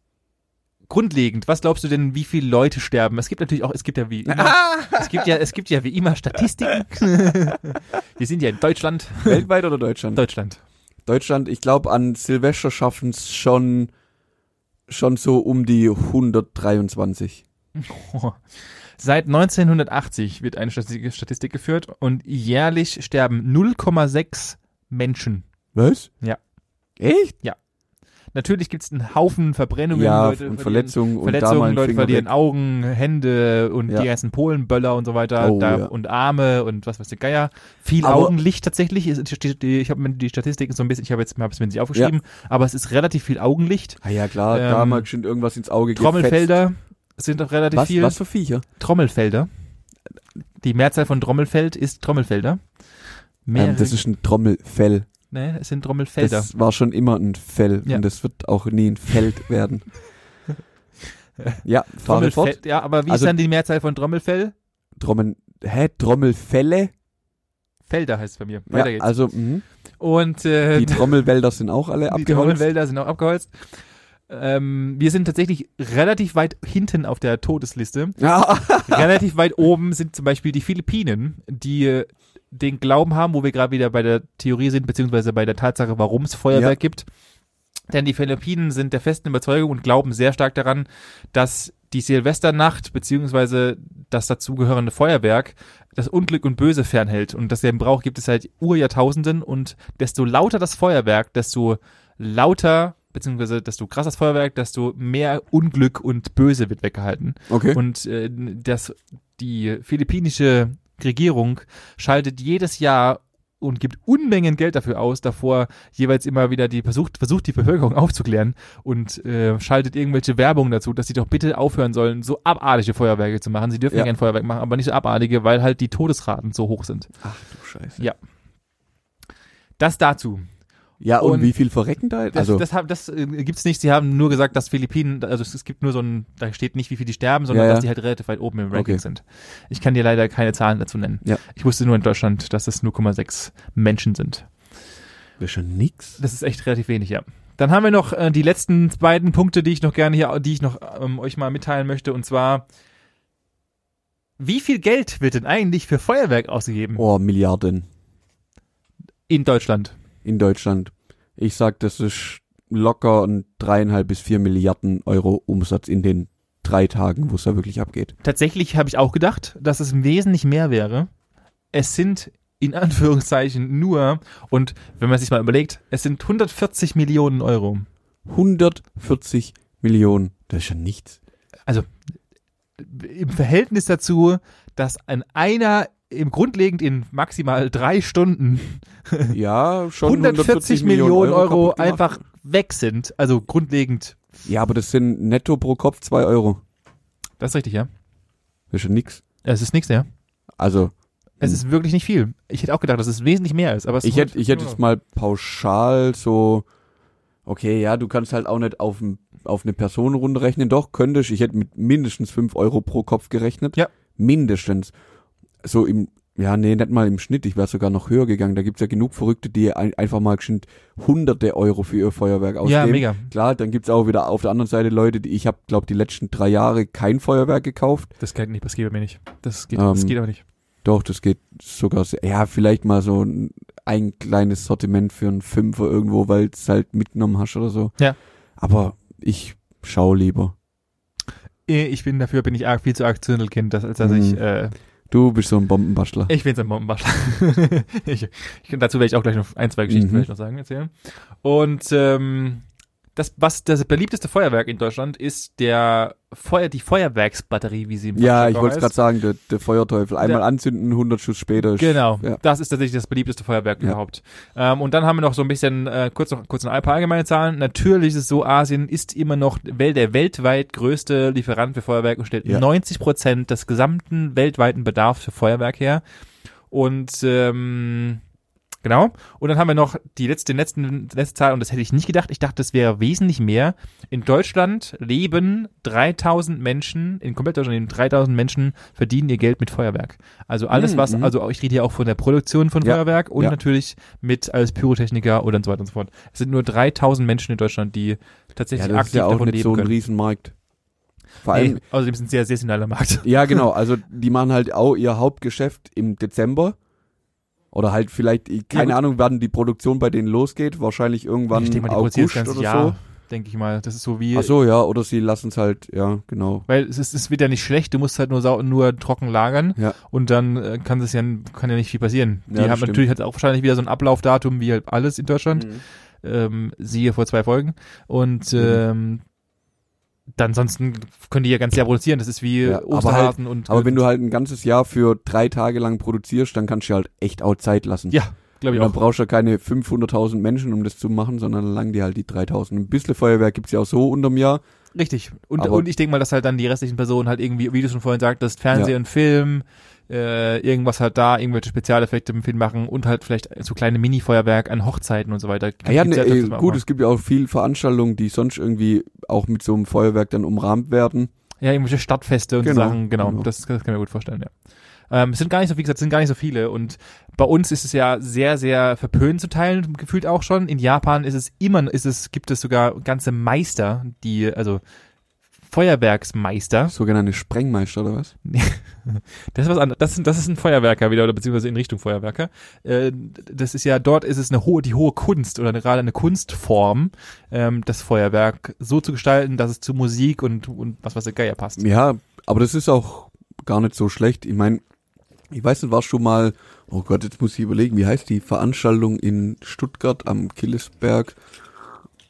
S3: grundlegend, was glaubst du denn, wie viele Leute sterben? Es gibt natürlich auch, es gibt ja wie immer, es gibt ja, es gibt ja wie immer Statistiken. wir sind ja in Deutschland.
S1: Weltweit oder Deutschland?
S3: Deutschland.
S1: Deutschland, ich glaube, an Silvester schaffen es schon, schon so um die 123.
S3: Seit 1980 wird eine Statistik, Statistik geführt und jährlich sterben 0,6 Menschen.
S1: Was?
S3: Ja.
S1: Echt?
S3: Natürlich gibt es einen Haufen Verbrennungen,
S1: ja,
S3: Leute
S1: und
S3: verlieren-
S1: Verletzungen und da mal
S3: Verletzungen,
S1: ein
S3: Leute
S1: Finger
S3: verlieren
S1: weg.
S3: Augen, Hände und
S1: Ja.
S3: die ganzen Polenböller und so weiter
S1: Oh,
S3: da,
S1: ja.
S3: und Arme und was weiß der Geier. Viel
S1: Aber-
S3: Augenlicht tatsächlich. ist- steht- die- Ich habe mir die Statistik so ein bisschen, ich habe jetzt hab's mir nicht aufgeschrieben, aber es ist relativ viel Augenlicht.
S1: Ah ja, klar,
S3: Ähm,
S1: da mal bestimmt irgendwas ins Auge
S3: Trommelfelder sind auch relativ
S1: gefetzt. Was,
S3: viel.
S1: was für Viecher?
S3: Trommelfelder. Die Mehrzahl von Trommelfeld ist Trommelfelder. Mehrere,
S1: Ähm, das ist ein Trommelfell.
S3: nee, es sind Trommelfelder.
S1: Das war schon immer ein Fell
S3: Ja.
S1: und das wird auch nie ein Feld werden. ja, fahre fort.
S3: ja, aber wie
S1: Also-
S3: ist dann die Mehrzahl von Trommelfell?
S1: Trommeln, hä, Trommelfelle?
S3: Felder heißt es bei mir. Weiter
S1: ja,
S3: geht's.
S1: also, mhm.
S3: Und äh,
S1: Die Trommelwälder sind auch alle
S3: die
S1: abgeholzt.
S3: Trommelfelder sind auch abgeholzt. Ähm, wir sind tatsächlich relativ weit hinten auf der Todesliste.
S1: Ja,
S3: relativ weit oben sind zum Beispiel die Philippinen, die äh, den Glauben haben, wo wir gerade wieder bei der Theorie sind, beziehungsweise bei der Tatsache, warum es Feuerwerk gibt. Denn die Philippinen sind der festen Überzeugung und glauben sehr stark daran, dass die Silvesternacht, beziehungsweise das dazugehörende Feuerwerk, das Unglück und Böse fernhält. Und das Brauch gibt es seit Urjahrtausenden. Und desto lauter das Feuerwerk, desto lauter, beziehungsweise desto krasser das Feuerwerk, desto mehr Unglück und Böse wird weggehalten.
S1: okay.
S3: Und äh, das, die philippinische Regierung schaltet jedes Jahr und gibt Unmengen Geld dafür aus, davor jeweils immer wieder die versucht, versucht die Bevölkerung aufzuklären und äh, schaltet irgendwelche Werbung dazu, dass sie doch bitte aufhören sollen, so abartige Feuerwerke zu machen. Sie dürfen
S1: Ja.
S3: ja. gerne Feuerwerk machen, aber nicht so abartige, weil halt die Todesraten so hoch sind.
S1: Ach du Scheiße.
S3: Ja. Das dazu.
S1: Ja, und,
S3: Und-
S1: wie viel verrecken da?
S3: Das,
S1: Also,
S3: das, haben- das äh, gibt's nicht. Sie haben nur gesagt, dass Philippinen, also es, es gibt nur so ein, da steht nicht, wie viel die sterben, sondern
S1: Ja, ja.
S3: dass die halt relativ weit oben im Ranking
S1: Okay.
S3: sind. Ich kann dir leider keine Zahlen dazu nennen.
S1: Ja.
S3: Ich wusste nur in Deutschland, dass es 0,6 Menschen sind.
S1: das ist schon nix.
S3: Das ist echt relativ wenig, ja. Dann haben wir noch äh, die letzten beiden Punkte, die ich noch gerne hier, die ich noch ähm, euch mal mitteilen möchte, und zwar, wie viel Geld wird denn eigentlich für Feuerwerk ausgegeben
S1: Oh, Milliarden
S3: in Deutschland?
S1: in Deutschland. Ich sag, das ist locker ein dreieinhalb bis vier Milliarden Euro Umsatz in den drei Tagen, wo es da wirklich abgeht.
S3: Tatsächlich habe ich auch gedacht, dass es wesentlich mehr wäre. Es sind in Anführungszeichen nur, und wenn man sich mal überlegt, es sind 140 Millionen Euro.
S1: 140 Millionen. Das ist schon nichts.
S3: Im Verhältnis dazu, dass an einer im grundlegend in maximal drei Stunden
S1: Ja, schon
S3: 140 Millionen Euro
S1: kaputt gemacht.
S3: einfach weg sind. Also grundlegend.
S1: Ja, aber das sind netto pro Kopf zwei Euro.
S3: Das ist richtig, ja.
S1: Das ist schon nix.
S3: Es ist nichts, ja.
S1: Also,
S3: Es
S1: Hm.
S3: ist wirklich nicht viel. Ich hätte auch gedacht, dass es wesentlich mehr ist. Aber es
S1: ich hätte, ich hätte
S3: Ja.
S1: jetzt mal pauschal so, okay, ja, du kannst halt auch nicht auf, ein- auf eine Person runterrechnen. Doch, könnte ich. Ich hätte mit mindestens 5 Euro pro Kopf gerechnet.
S3: Ja.
S1: Mindestens. So im, ja, nee, nicht mal im Schnitt. Ich wäre sogar noch höher gegangen. Da gibt's ja genug Verrückte, die ein, einfach mal geschwind hunderte Euro für ihr Feuerwerk ausgeben.
S3: Ja, mega.
S1: Klar, dann gibt's auch wieder auf der anderen Seite Leute, die ich habe, glaube die letzten drei Jahre kein Feuerwerk gekauft.
S3: Das geht nicht, das geht bei mir nicht. Das geht,
S1: Ähm,
S3: das geht aber nicht.
S1: Doch, das geht sogar sehr. Ja, vielleicht mal so ein, ein kleines Sortiment für einen Fünfer irgendwo, weil es halt mitgenommen hast oder so.
S3: Ja.
S1: Aber ich schau lieber.
S3: Äh, Ich bin dafür, bin ich arg, viel zu arg Zündelkind, dass, als dass
S1: Mhm.
S3: ich, äh,
S1: Du bist so ein Bombenbastler.
S3: ich bin's ein Bombenbastler. ich, ich, dazu werde ich auch gleich noch ein, zwei Geschichten,
S1: Mhm.
S3: vielleicht noch sagen, erzählen. Und, ähm, das, was, das beliebteste Feuerwerk in Deutschland ist der Feuer, die Feuerwerksbatterie, wie sie im
S1: Ja,
S3: Fachjargon
S1: ich wollte es gerade
S3: heißt.
S1: sagen, der, der Feuerteufel. Einmal anzünden, 100 Schuss später. ist-
S3: Genau,
S1: Ja.
S3: das ist tatsächlich das beliebteste Feuerwerk
S1: Ja.
S3: überhaupt. Ähm, und dann haben wir noch so ein bisschen, äh, kurz noch kurz noch ein paar allgemeine Zahlen. Natürlich ist es so, Asien ist immer noch wel- der weltweit größte Lieferant für Feuerwerk und stellt
S1: Ja.
S3: 90 Prozent des gesamten weltweiten Bedarfs für Feuerwerk her. Und ähm, genau. Und dann haben wir noch die letzte, den letzten letzte Zahl, und das hätte ich nicht gedacht. Ich dachte, das wäre wesentlich mehr. In Deutschland leben 3000 Menschen, in komplett Deutschland leben 3000 Menschen, verdienen ihr Geld mit Feuerwerk. Also alles,
S1: Mhm,
S3: was,
S1: mhm.
S3: also ich rede hier auch von der Produktion von
S1: Ja,
S3: Feuerwerk und
S1: ja.
S3: natürlich mit als Pyrotechniker oder und so weiter und so fort. Es sind nur 3000 Menschen in Deutschland, die
S1: Ja,
S3: tatsächlich
S1: das ist
S3: aktiv
S1: ja auch
S3: davon
S1: nicht
S3: leben
S1: so ein
S3: können.
S1: Riesenmarkt. Vor allem,
S3: nee, außerdem sind sie ja saisonaler Markt.
S1: ja genau, also die machen halt auch ihr Hauptgeschäft im Dezember. Oder halt vielleicht, keine
S3: gut.
S1: Ahnung, wann die Produktion bei denen losgeht. Wahrscheinlich irgendwann
S3: ich denke mal, die produzieren das
S1: August
S3: ganze
S1: oder
S3: Jahr,
S1: so. Also
S3: denke ich mal. Das ist so wie,
S1: Ach so, ja, oder sie lassen es halt, ja, genau.
S3: Weil es, ist, es wird ja nicht schlecht, du musst halt nur, sau, nur trocken lagern
S1: Ja.
S3: und dann äh, kann das ja, kann ja nicht viel passieren.
S1: Ja,
S3: Die
S1: das
S3: haben
S1: stimmt. Mhm.
S3: natürlich halt auch wahrscheinlich wieder so ein Ablaufdatum wie halt alles in Deutschland. Ähm, siehe vor zwei Folgen. Und ähm, dann ansonsten können die ja ganz Jahr produzieren. Das ist wie
S1: Ja, aber
S3: Osterhasen und äh,
S1: Aber wenn du halt ein ganzes Jahr für drei Tage lang produzierst, dann kannst du dir halt echt auch Zeit lassen.
S3: Ja, glaube
S1: Und
S3: ich
S1: dann
S3: auch.
S1: brauchst du ja keine 500.000 Menschen, um das zu machen, sondern dann langen dir halt die 3.000. Ein bisschen Feuerwerk gibt's ja auch so unterm Jahr.
S3: Richtig. Und,
S1: Aber-
S3: und ich denke mal, dass halt dann die restlichen Personen halt irgendwie, wie du schon vorhin sagtest, Fernsehen, Film, äh, irgendwas halt da, irgendwelche Spezialeffekte im Film machen und halt vielleicht so kleine Mini-Feuerwerk an Hochzeiten und so weiter.
S1: Ja, ja
S3: Gibt's
S1: ne,
S3: öfters
S1: äh,
S3: mal
S1: gut,
S3: auch.
S1: es gibt ja auch viel Veranstaltungen, die sonst irgendwie auch mit so einem Feuerwerk dann umrahmt werden.
S3: Ja, irgendwelche Stadtfeste und so
S1: Genau,
S3: Sachen, genau.
S1: genau.
S3: Das, das kann ich mir gut vorstellen, ja. Ähm, es sind gar nicht so, wie gesagt, es sind gar nicht so viele. Und bei uns ist es ja sehr, sehr verpönt zu teilen, gefühlt auch schon. In Japan ist es immer, ist es, gibt es sogar ganze Meister, die, also Feuerwerksmeister.
S1: Sogenannte Sprengmeister oder was?
S3: Das ist was anderes. Das, sind- das ist ein Feuerwerker wieder, oder beziehungsweise in Richtung Feuerwerker. Äh, das ist ja, dort ist es eine hohe, die hohe Kunst oder eine, gerade eine Kunstform, ähm, das Feuerwerk so zu gestalten, dass es zu Musik und, und was weiß der Geier passt.
S1: Ja, aber das ist auch gar nicht so schlecht. Ich meine, ich weiß nicht, warst du mal, oh Gott, jetzt muss ich überlegen, wie heißt die Veranstaltung in Stuttgart am Killesberg?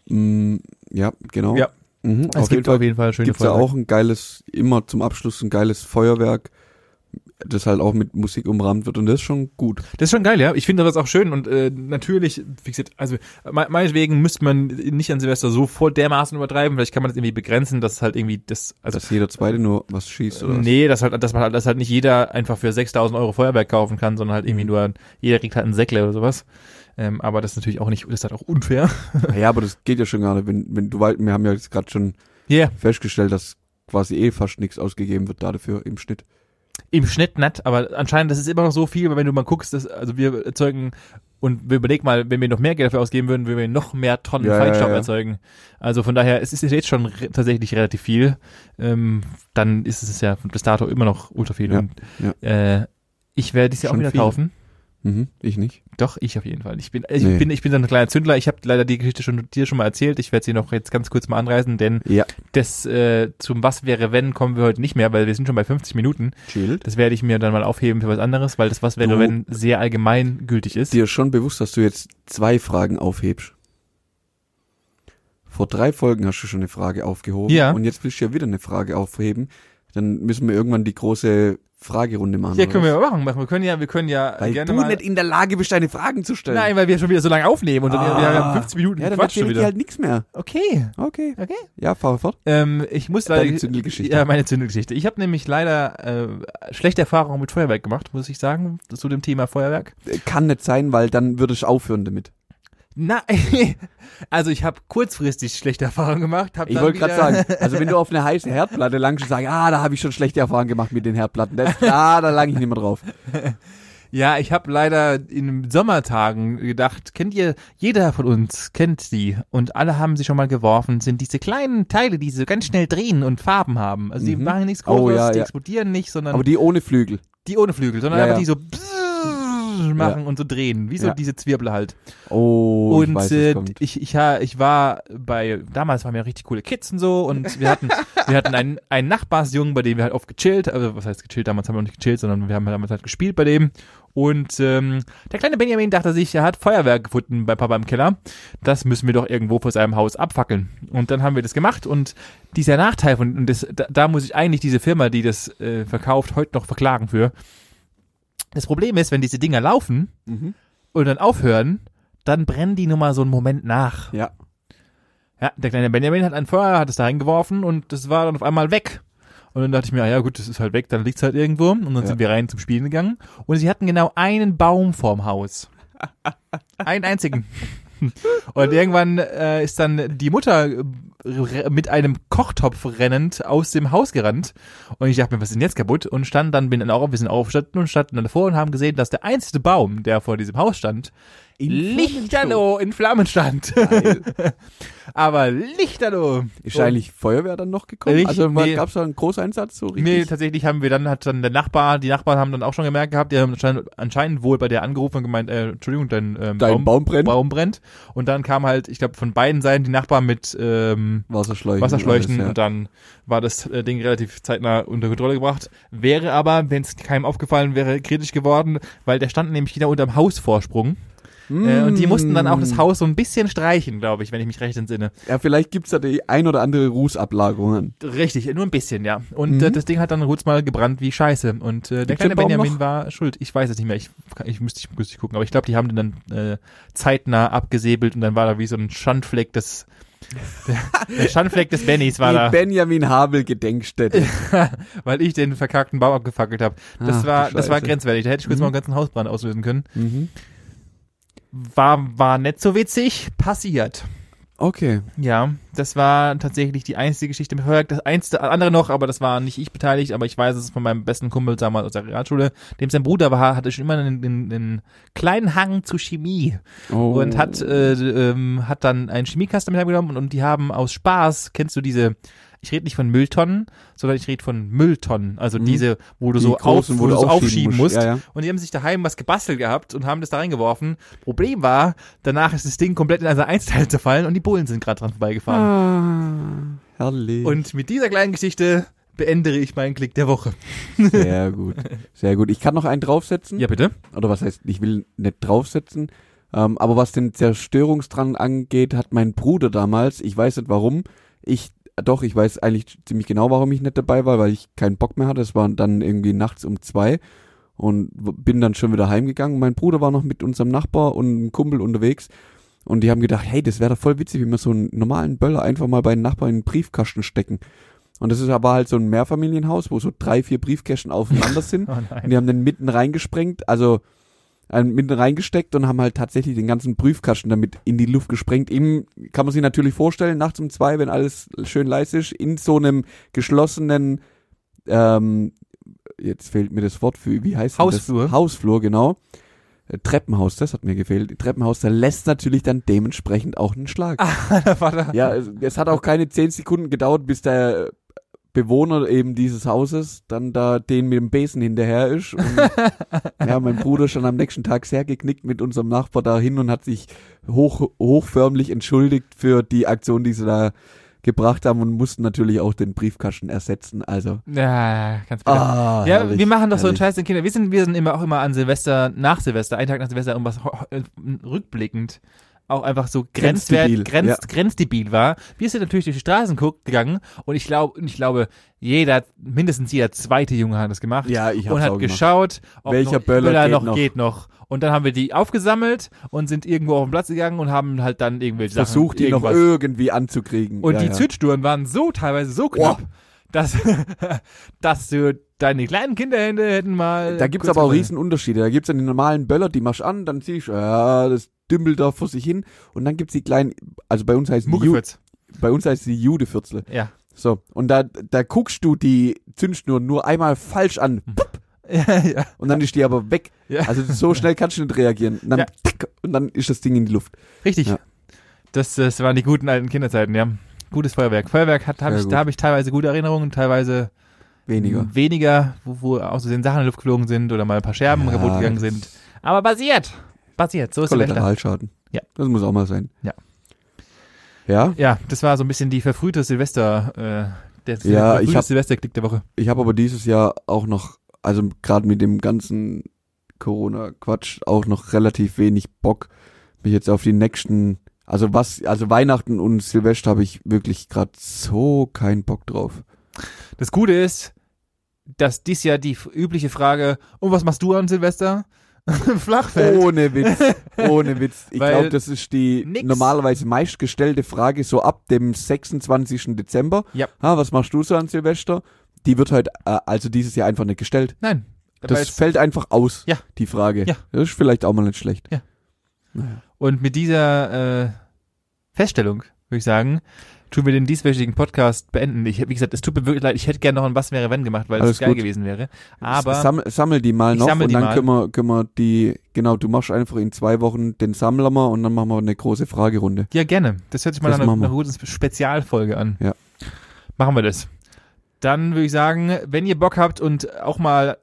S1: Mm, ja, genau.
S3: Ja.
S1: Mhm,
S3: Es
S1: auf jeden
S3: gibt
S1: Fall
S3: auf jeden Fall schöne
S1: gibt's ja
S3: Feuerwerke.
S1: auch ein geiles, immer zum Abschluss ein geiles Feuerwerk, das halt auch mit Musik umrahmt wird und das ist schon gut.
S3: Das ist schon geil, ja. Ich finde das auch schön und äh, natürlich, wie gesagt, also me meinetwegen müsste man nicht an Silvester so voll dermaßen übertreiben, vielleicht kann man das irgendwie begrenzen, dass halt irgendwie das, also
S1: Dass jeder Zweite nur was schießt oder was?
S3: nee, dass halt, dass man halt, dass
S1: Mhm.
S3: halt nicht jeder einfach für 6000 Euro Feuerwerk kaufen kann, sondern halt irgendwie nur, jeder kriegt halt einen Säckle oder sowas. Ähm, aber das ist natürlich auch nicht, das ist halt auch unfair.
S1: Ja, aber das geht ja schon gerade, wenn, wenn du, weil wir haben ja jetzt gerade schon
S3: Ja,
S1: festgestellt, dass quasi eh fast nichts ausgegeben wird dafür im Schnitt.
S3: im Schnitt nett, aber anscheinend das ist immer noch so viel, weil wenn du mal guckst, dass, also wir erzeugen und wir überleg mal, wenn wir noch mehr Geld dafür ausgeben würden, würden wir noch mehr Tonnen
S1: Ja, ja,
S3: Feinstaub
S1: ja.
S3: erzeugen. Also von daher, es ist jetzt schon re tatsächlich relativ viel. Ähm, dann ist es ja von bis dato immer noch ultra viel.
S1: Ja,
S3: und, Äh, ich werde es ja auch
S1: Schon
S3: wieder
S1: viel.
S3: kaufen.
S1: Mhm, ich nicht.
S3: Doch, ich auf jeden Fall. Ich bin, ich
S1: Nee.
S3: bin, ich bin so ein kleiner Zündler. Ich habe leider die Geschichte schon dir schon mal erzählt. Ich werde sie noch jetzt ganz kurz mal anreißen, denn
S1: Ja.
S3: das äh, zum Was wäre wenn kommen wir heute nicht mehr, weil wir sind schon bei 50 Minuten.
S1: Chillt.
S3: Das werde ich mir dann mal aufheben für was anderes, weil das Was wäre
S1: Du-
S3: wenn sehr allgemein gültig ist.
S1: Dir ist schon bewusst, dass du jetzt zwei Fragen aufhebst. Vor drei Folgen hast du schon eine Frage aufgehoben.
S3: Ja.
S1: Und jetzt willst du ja wieder eine Frage aufheben. Dann müssen wir irgendwann die große Fragerunde machen.
S3: Ja,
S1: oder
S3: können wir
S1: was?
S3: mal machen. Wir können ja, wir können ja
S1: Weil
S3: gerne
S1: du
S3: mal.
S1: nicht in der Lage bist, deine Fragen zu stellen.
S3: Nein, weil wir schon wieder so lange aufnehmen und dann
S1: Ah.
S3: wir haben 50 Minuten
S1: ja, dann
S3: Quatsch
S1: erzähl
S3: schon
S1: ich dir
S3: wieder.
S1: halt nichts mehr.
S3: Okay.
S1: Okay.
S3: Okay.
S1: Ja, fahr fort.
S3: Ähm, ich muss
S1: Deine
S3: leider.
S1: Zündelgeschichte.
S3: Ja, meine Zündelgeschichte. Ich habe nämlich leider äh, schlechte Erfahrungen mit Feuerwerk gemacht, muss ich sagen, zu dem Thema Feuerwerk.
S1: Kann nicht sein, weil dann würde ich aufhören damit.
S3: Nein, also ich habe kurzfristig schlechte Erfahrungen gemacht. Hab
S1: Ich
S3: dann
S1: wollte gerade
S3: wieder-
S1: sagen, also wenn du auf eine heiße Herdplatte langst und sagst, ah, da habe ich schon schlechte Erfahrungen gemacht mit den Herdplatten, das, ah, da lang ich nicht mehr drauf.
S3: Ja, ich habe leider in den Sommertagen gedacht, kennt ihr, jeder von uns kennt die und alle haben sie schon mal geworfen, sind diese kleinen Teile, die so ganz schnell drehen und Farben haben. Also die
S1: Mhm.
S3: machen nichts
S1: Oh,
S3: Großes,
S1: ja,
S3: die
S1: ja.
S3: explodieren nicht, sondern
S1: Aber die ohne Flügel.
S3: die ohne Flügel, sondern
S1: Ja,
S3: einfach
S1: ja.
S3: die so bzzz machen und so drehen, wie so
S1: Ja.
S3: diese Zwirbel halt.
S1: Oh,
S3: und
S1: ich weiß,
S3: äh,
S1: was kommt.
S3: ich, ich, ha- ich war bei, damals waren wir richtig coole Kids und so und wir hatten, wir hatten einen, einen Nachbarsjungen, bei dem wir halt oft gechillt, also was heißt gechillt, damals haben wir noch nicht gechillt, sondern wir haben damals halt gespielt bei dem und ähm, der kleine Benjamin dachte sich, er hat Feuerwerk gefunden bei Papa im Keller, das müssen wir doch irgendwo vor seinem Haus abfackeln und dann haben wir das gemacht und dieser Nachteil von, und das, da, da muss ich eigentlich diese Firma, die das äh, verkauft, heute noch verklagen für. Das Problem ist, wenn diese Dinger laufen,
S1: Mhm.
S3: und dann aufhören, dann brennen die nur mal so einen Moment nach.
S1: Ja.
S3: Ja, der kleine Benjamin hat ein Feuer, hat es da reingeworfen und das war dann auf einmal weg. Und dann dachte ich mir, ah ja gut, das ist halt weg, dann liegt's halt irgendwo. Und dann
S1: Ja.
S3: sind wir rein zum Spielen gegangen. Und sie hatten genau einen Baum vorm Haus. Einen einzigen. Und irgendwann äh, ist dann die Mutter äh, re- mit einem Kochtopf rennend aus dem Haus gerannt. Und ich dachte mir, was ist denn jetzt kaputt? Und stand dann, bin dann auch ein bisschen aufgestanden und standen dann davor und haben gesehen, dass der einzige Baum, der vor diesem Haus stand, lichterloh in Flammen stand.
S1: Geil.
S3: Aber lichterloh.
S1: Ist eigentlich Feuerwehr dann noch gekommen?
S3: Richtig,
S1: also
S3: nee.
S1: gab es da einen Großeinsatz so richtig?
S3: Nee, tatsächlich haben wir dann, hat dann der Nachbar, die Nachbarn haben dann auch schon gemerkt gehabt, die haben anscheinend, anscheinend wohl bei der angerufen und gemeint, äh, Entschuldigung, dein, ähm,
S1: Dein Baum brennt,
S3: Baum brennt. Und dann kam halt, ich glaube, von beiden Seiten die Nachbarn mit ähm,
S1: Wasserschläuchen.
S3: Wasserschläuchen
S1: alles,
S3: und dann war das äh, Ding relativ zeitnah unter Kontrolle gebracht. Wäre aber, wenn es keinem aufgefallen wäre, kritisch geworden, weil der stand nämlich wieder unterm Hausvorsprung.
S1: ja.
S3: Äh, und die mussten dann auch das
S1: Mm.
S3: Haus so ein bisschen streichen, glaube ich, wenn ich mich recht entsinne.
S1: Ja, vielleicht gibt's da die ein oder andere Rußablagerungen.
S3: Richtig, nur ein bisschen, ja. Und
S1: Mhm.
S3: äh, das Ding hat dann kurz mal gebrannt wie Scheiße. Und äh, der
S1: Gibt's
S3: kleine
S1: den Baum
S3: Benjamin
S1: noch?
S3: war schuld. Ich weiß es nicht mehr. Ich, ich müsste ich müsste ich gucken. Aber ich glaube, die haben den dann äh, zeitnah abgesäbelt und dann war da wie so ein Schandfleck des der, der Schandfleck des Bennys war da,
S1: Die Benjamin Habel Gedenkstätte.
S3: weil ich den verkackten Baum abgefackelt habe. Das
S1: Ach, du
S3: war das war
S1: Scheiße.
S3: grenzwertig. Da hätte ich kurz
S1: Mhm.
S3: mal einen ganzen Hausbrand auslösen können.
S1: mhm.
S3: War war nicht so witzig. Passiert.
S1: Okay.
S3: Ja, das war tatsächlich die einzige Geschichte mit Feuerwerk. Das einzige, andere noch, aber das war nicht ich beteiligt, aber ich weiß es von meinem besten Kumpel damals aus der Realschule, dem sein Bruder war, hatte schon immer einen, einen, einen kleinen Hang zu Chemie
S1: Oh.
S3: und hat, äh, ähm, hat dann einen Chemiekasten mit heimgenommen und, und die haben aus Spaß, kennst du diese, ich rede nicht von Mülltonnen, sondern ich rede von Mülltonnen, also
S1: Mhm.
S3: diese, wo du
S1: Die
S3: so auf,
S1: großen,
S3: wo du so aufschieben musst.
S1: Ja, ja.
S3: Und die haben sich daheim was gebastelt gehabt und haben das da reingeworfen. Problem war, danach ist das Ding komplett in also Einsteil zerfallen und die Bullen sind gerade dran vorbeigefahren.
S1: Ah, herrlich.
S3: Und mit dieser kleinen Geschichte beendere ich meinen Klick der Woche.
S1: Sehr gut. Sehr gut. Ich kann noch einen draufsetzen.
S3: bitte.
S1: Oder was heißt, ich will nicht draufsetzen. Ähm, aber was den Zerstörungsdrang angeht, hat mein Bruder damals, ich weiß nicht warum, ich, doch, ich weiß eigentlich ziemlich genau, warum ich nicht dabei war, weil ich keinen Bock mehr hatte. Es war dann irgendwie nachts um zwei und w- bin dann schon wieder heimgegangen. Mein Bruder war noch mit unserem Nachbar und einem Kumpel unterwegs. Und die haben gedacht, hey, das wäre doch voll witzig, wenn wir so einen normalen Böller einfach mal bei den Nachbarn in den Briefkasten stecken. Und das ist aber halt so ein Mehrfamilienhaus, wo so drei, vier Briefkästen aufeinander sind.
S3: Oh
S1: Und
S3: nein.
S1: die haben den mitten reingesprengt. Also einen mitten reingesteckt und haben halt tatsächlich den ganzen Briefkasten damit in die Luft gesprengt. Im, kann man sich natürlich vorstellen, nachts um zwei, wenn alles schön leise ist, in so einem geschlossenen, ähm, jetzt fehlt mir das Wort für, wie heißt denn
S3: Hausflur.
S1: das? Hausflur, genau. Äh, Treppenhaus, das hat mir gefehlt. Treppenhaus, da lässt natürlich dann dementsprechend auch einen Schlag.
S3: da war da.
S1: Ja, es, es hat auch keine zehn Sekunden gedauert, bis der Bewohner eben dieses Hauses dann da den mit dem Besen hinterher ist. Und, ja, mein Bruder schon am nächsten Tag sehr geknickt mit unserem Nachbar dahin und hat sich hoch, hochförmlich entschuldigt für die Aktion, die sie da gebracht haben und mussten natürlich auch den Briefkasten ersetzen. Also,
S3: Ja, ganz bitter.
S1: ah,
S3: Ja,
S1: herrlich,
S3: wir machen doch so einen
S1: herrlich.
S3: Scheiß den Kindern. Wir sind, wir sind immer auch immer an Silvester, nach Silvester, einen Tag nach Silvester, irgendwas ho- äh, rückblickend auch einfach so grenzwert,
S1: Grenzdebil,
S3: grenz,
S1: ja.
S3: grenzdebil war. Wir sind natürlich durch die Straßen guck- gegangen und ich glaube, ich glaube, jeder, mindestens jeder zweite Junge hat das gemacht.
S1: Ja, ich hab's
S3: und
S1: auch
S3: hat
S1: gemacht.
S3: geschaut, ob
S1: Welcher
S3: noch,
S1: Böller geht
S3: noch,
S1: noch?
S3: geht noch. Und dann haben wir die aufgesammelt und sind irgendwo auf den Platz gegangen und haben halt dann irgendwelche
S1: Versucht,
S3: Sachen,
S1: ihn noch
S3: irgendwas-
S1: irgendwie anzukriegen.
S3: und
S1: ja,
S3: die
S1: ja.
S3: Zündschnüren waren so teilweise so knapp, dass, dass du deine kleinen Kinderhände hätten mal.
S1: Da gibt's
S3: kurz
S1: aber auch
S3: mal-
S1: Riesenunterschiede. Da gibt's dann den normalen Böller, die machst du an, dann ziehst du, ja, das dümpelt da vor sich hin. Und dann gibt's die kleinen, also bei uns heißt die, Ju
S3: Muckefütz.
S1: bei uns heißt die Judevürzel.
S3: Ja.
S1: So, und da, da guckst du die Zündschnur nur einmal falsch an
S3: Hm. ja, ja.
S1: und dann ist die aber weg.
S3: Ja.
S1: Also so schnell kannst du nicht reagieren. Und dann,
S3: Ja.
S1: tick, und dann ist das Ding in die Luft.
S3: Richtig.
S1: Ja.
S3: Das, das waren die guten alten Kinderzeiten, ja. Gutes Feuerwerk. Feuerwerk hat, hab
S1: Sehr
S3: ich,
S1: gut.
S3: da habe ich teilweise gute Erinnerungen, teilweise Hm.
S1: Weniger.
S3: weniger, wo, wo aus den Sachen in die Luft geflogen sind oder mal ein paar Scherben
S1: Ja,
S3: kaputt gegangen
S1: das-
S3: sind. Aber basiert. Basiert. So ist es.
S1: Kollateralschaden.
S3: Ja.
S1: Das muss auch mal sein.
S3: Ja.
S1: Ja,
S3: Ja, das war so ein bisschen die verfrühte Silvester, äh, der
S1: Ja,
S3: verfrühte
S1: ich hab-
S3: Silvesterklick der Woche.
S1: ich habe aber dieses Jahr auch noch, also gerade mit dem ganzen Corona-Quatsch auch noch relativ wenig Bock, mich jetzt auf die nächsten, also was, also Weihnachten und Silvester habe ich wirklich gerade so keinen Bock drauf.
S3: Das Gute ist, dass dies Jahr die f- übliche Frage, und was machst du an Silvester? Flachfeld.
S1: Ohne Witz, ohne Witz. Ich
S3: Weil
S1: glaube, das ist die
S3: nix.
S1: normalerweise meistgestellte Frage so ab dem 26. Dezember.
S3: Ja.
S1: Ha, was machst du so an Silvester? Die wird heute äh, also dieses Jahr einfach nicht gestellt.
S3: Nein.
S1: Das
S3: Weil-
S1: fällt einfach aus,
S3: Ja.
S1: die Frage.
S3: Ja.
S1: Das ist vielleicht auch mal nicht schlecht.
S3: Ja.
S1: Naja.
S3: und mit dieser äh, Feststellung, würde ich sagen, tun wir den dieswöchigen Podcast beenden. Ich, wie gesagt, es tut mir wirklich leid, ich hätte gerne noch ein Was wäre wenn gemacht, weil
S1: Alles
S3: es geil
S1: gut.
S3: gewesen wäre.
S1: S-
S3: Aber
S1: sammel, sammel die mal
S3: Ich
S1: noch
S3: sammel
S1: und
S3: die
S1: dann
S3: mal.
S1: können wir, können wir die, genau, du machst einfach in zwei Wochen den Sammler mal und dann machen wir eine große Fragerunde.
S3: ja, gerne. Das hört sich mal
S1: Das
S3: nach einer,
S1: machen wir.
S3: einer guten Spezialfolge an.
S1: Ja.
S3: Machen wir das. Dann würde ich sagen, wenn ihr Bock habt und auch mal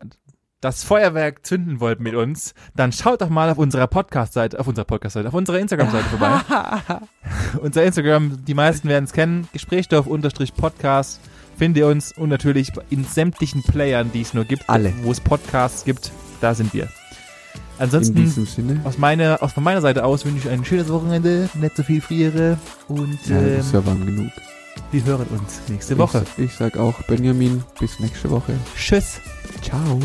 S3: das Feuerwerk zünden wollt mit uns, dann schaut doch mal auf unserer Podcast-Seite, auf unserer Podcast-Seite, auf unserer Instagram-Seite vorbei. Unser Instagram, die meisten werden es kennen, Gesprächsstoff-Podcast. Findet ihr uns und natürlich in sämtlichen Playern, die es nur gibt,
S1: Alle.
S3: wo es Podcasts gibt, da sind wir.
S1: In
S3: Ansonsten
S1: diesem Sinne.
S3: aus meiner, aus, von meiner Seite aus wünsche ich ein schönes Wochenende, nicht so viel friere und
S1: Ja,
S3: ähm,
S1: ist ja warm genug.
S3: wir hören uns nächste Woche.
S1: Ich, ich sag auch Benjamin, bis nächste Woche.
S3: Tschüss.
S1: Ciao.